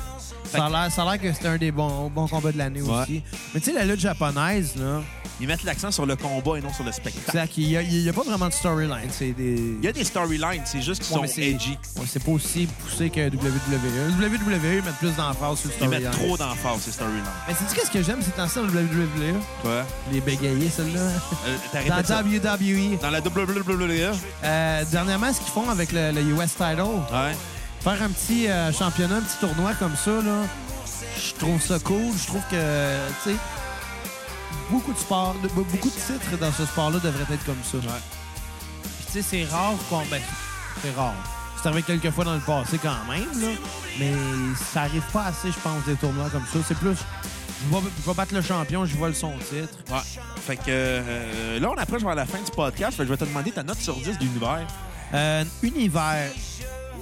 A: Ça a
C: que-
A: l'air, ça a l'air que c'était un des bons, bons combats de l'année
C: Ouais.
A: aussi. Mais tu sais, la lutte japonaise, là,
C: Ils mettent l'accent sur le combat et non sur le spectacle.
A: c'est qu'il n'y a, pas vraiment de storyline. C'est des.
C: Il y a des storylines, c'est juste qu'ils
A: Ouais, mais
C: sont
A: c'est-
C: edgy.
A: ouais, c'est pas aussi poussé que E. WWE. WWE, ils mettent plus d'emphase sur le
C: Ils
A: storyline.
C: mettent trop d'emphase, ces storylines.
A: Mais sais-tu qu'est-ce que j'aime, c'est temps-ci dans WWE?
C: Quoi?
A: Les bégayés, celle-là.
C: Euh, t'arrêtes
A: Dans
C: de ça.
A: WWE.
C: Dans la E. WWE,
A: Euh, dernièrement, ce qu'ils font avec le, le US title,
C: ouais.
A: faire un petit euh, championnat, un petit tournoi comme ça, là, je trouve ça cool. Je trouve que, tu sais, beaucoup de sports, de- beaucoup de titres dans ce sport-là devraient être comme ça.
C: Ouais.
A: Puis, tu sais, c'est rare qu'on. Ben, c'est rare. C'est arrivé quelques fois dans le passé quand même, là. Mais ça arrive pas assez, je pense, des tournois comme ça. C'est plus. Je vais, je vais battre le champion, je vole son titre.
C: Ouais. Fait que euh, là, on approche vers la fin du podcast. Fait que je vais te demander ta note sur 10 d'univers.
A: Euh, univers.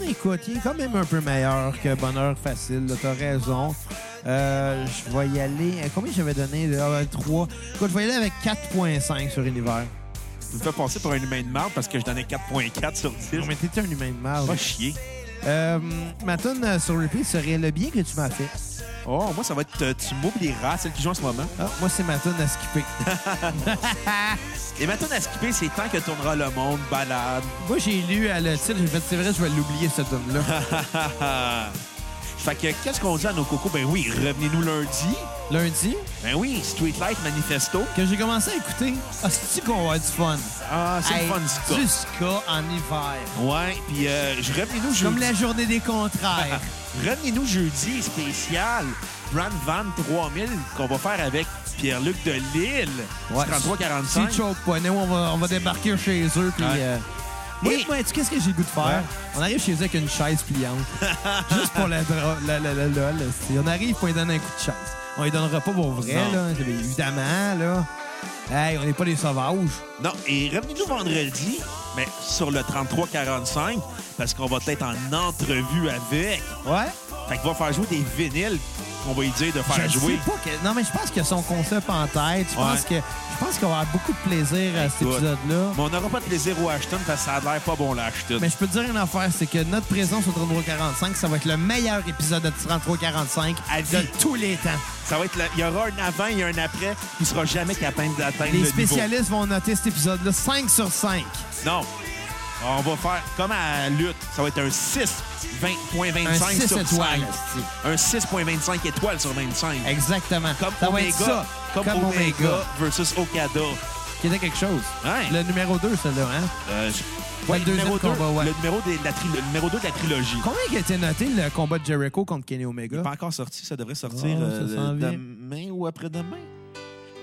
A: Écoute, il est quand même un peu meilleur que Bonheur Facile. là, T'as raison. Euh, je vais y aller. euh, Combien j'avais donné? là? Euh, 3. Écoute, je vais y aller avec 4.5 sur Univers.
C: Tu me fais passer pour un humain de marde parce que je donnais 4.4 sur 10.
A: Non, mais t'étais un humain de mal.
C: Pas chier.
A: Euh, ma tune euh, sur repeat serait le bien que tu m'as fait.
C: Oh, moi, ça va être euh, Tu m'oublieras, celle qui joue en ce moment.
A: Ah, moi, c'est ma tune à skipper.
C: Et maintenant, à skipper, c'est Tant que tournera le monde, balade.
A: moi, j'ai lu à le titre, j'ai fait, c'est vrai, je vais l'oublier, cette tune là
C: fait que qu'est-ce qu'on dit à nos cocos? Ben oui, revenez-nous lundi.
A: Lundi,
C: Ben oui, Streetlight Manifesto.
A: que j'ai commencé à écouter, ah, c'est-tu qu'on va avoir du fun?
C: Ah, c'est
A: Hey,
C: le fun, Ska.
A: Du ska en hiver.
C: Ouais, puis euh, je- revenez-nous jeudi.
A: Comme la journée des contraires.
C: Revenez-nous jeudi spécial Brand Van 3000 qu'on va faire avec Pierre-Luc de Lille.
A: Ouais.
C: 33-45.
A: Si choke pas, nous, on va, on va débarquer chez eux. Puis,
C: Ouais.
A: euh, moi,
C: Et-
A: moi, tu sais qu'est-ce que j'ai le goût de faire?
C: Ouais.
A: On arrive chez eux avec une chaise pliante. Juste pour la, dro- la, la, la, lol, si On arrive pour lui donner un coup de chaise. On lui donnera pas pour vrai,
C: Non.
A: là. Évidemment, là. Hey, on n'est pas des sauvages.
C: Non, et revenez-nous vendredi, mais sur le 33-45, parce qu'on va être en entrevue avec.
A: Ouais.
C: Fait qu'il va faire jouer des vinyles qu'on va lui dire de faire
A: je
C: jouer.
A: sais pas que- Non, mais je pense qu'il a son concept en tête. Je pense que je pense qu'on va avoir beaucoup de plaisir à cet
C: Écoute.
A: épisode-là.
C: Mais on n'aura pas de plaisir au Ashton parce que ça a l'air pas bon, l'Ashton.
A: Mais je peux te dire une affaire, c'est que notre présence au 3345, ça va être le meilleur épisode de 3345
C: À
A: de
C: vie.
A: tous les temps.
C: Ça va être le- Il y aura un avant et un après. Il ne sera jamais capable d'atteindre
A: Les
C: le
A: spécialistes vont noter cet épisode-là 5 sur 5.
C: niveau. Non. On va faire comme à la lutte. Ça va être un 6, 20.25
A: Un 6
C: sur 5.
A: étoiles. esti.
C: Un 6.25 étoiles sur 25.
A: Exactement.
C: Comme
A: ça va
C: Omega,
A: être ça.
C: Comme, Omega, versus Okada.
A: Qui était quelque chose.
C: Ouais.
A: Le numéro 2, celui-là. Hein?
C: Euh, je- ouais,
A: Le
C: le,
A: deuxième
C: numéro deux,
A: combat, ouais.
C: le numéro des- la tri- le numéro 2 de la trilogie.
A: Combien il a été noté le combat de Jericho contre Kenny Omega?
C: pas encore sorti, ça devrait sortir
A: Oh, ça
C: euh,
A: s'en vient.
C: demain ou après-demain.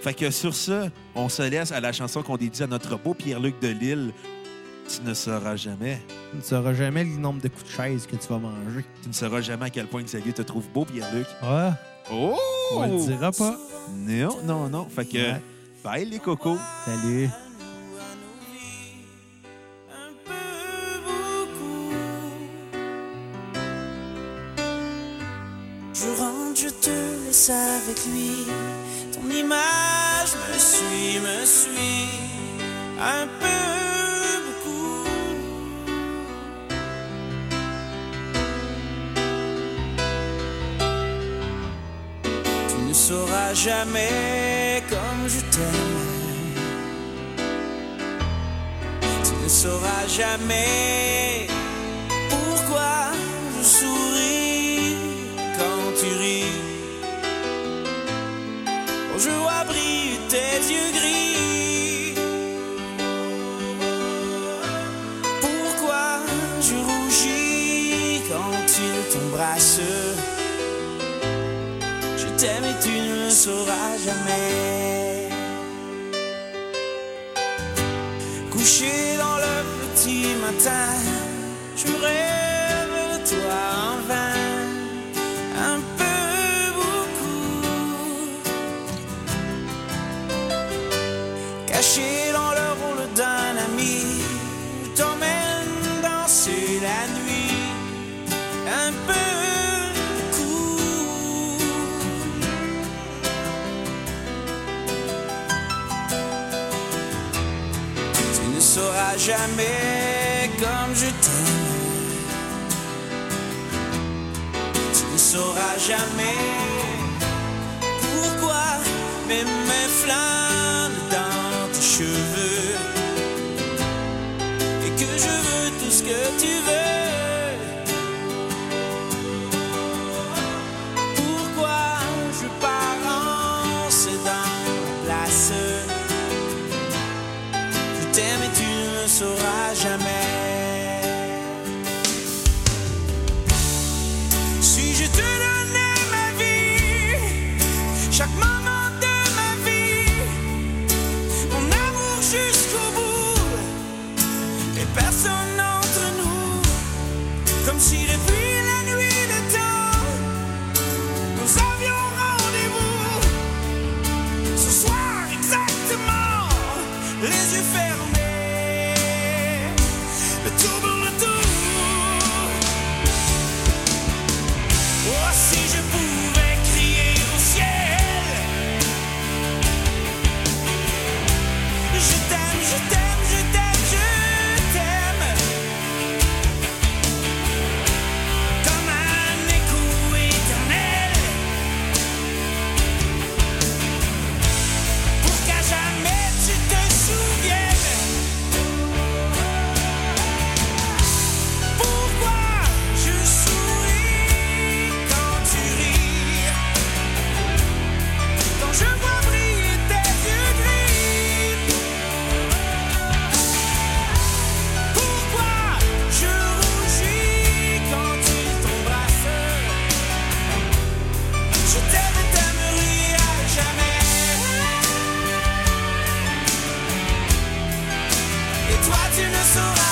C: Fait que sur ça, on se laisse à la chanson qu'on dédie à notre beau Pierre-Luc de Lille. Tu ne sauras jamais.
A: Tu ne sauras jamais le nombre de coups de chaise que tu vas manger.
C: Tu ne sauras jamais à quel point Xavier te trouve beau, Pierre-Luc.
A: Ah,
C: Oh!
A: on le dira pas.
C: Non, non, non. Fait que,
A: Ouais.
C: bye les cocos.
A: Salut.
B: Un peu beaucoup. Je rentre, je te laisse avec lui. Ton image me suit, me suit. Un peu beaucoup. Tu ne sauras jamais comme je t'aime. Tu ne sauras jamais pourquoi je souris quand tu ris. Quand je vois briller tes yeux gris. Pourquoi je rougis quand il t'embrasse Je t'aime et tu ne le sauras jamais. Couché dans le petit matin, je rêve de toi en vain. Un peu beaucoup, caché dans le rôle d'un ami. Je t'emmène danser la nuit, un peu cool. Tu ne sauras jamais comme je t'aime. Tu ne sauras jamais pourquoi mes mains flânent dans tes cheveux et que je veux tout ce que tu veux. Pourquoi je pars en cédant la place? Je t'aime et tu ne le sauras jamais. Si je te donnais ma vie, chaque moment de ma vie, mon amour jusqu'au bout, et personne entre nous, comme si depuis la nuit des temps, nous avions rendez-vous. Ce soir exactement, les yeux fermés, le tour dans le tour. Oh, si je pouvais crier au ciel Je t'aime, je t'aime, je t'aime, je t'aime Comme un écho éternel Pour qu'à jamais tu te souviennes pourquoi je souris quand tu ris Quand je vois briller tes yeux gris Pourquoi je rougis quand tu t'embrasses Je t'aime et t'aimerai à jamais Et toi tu ne sauras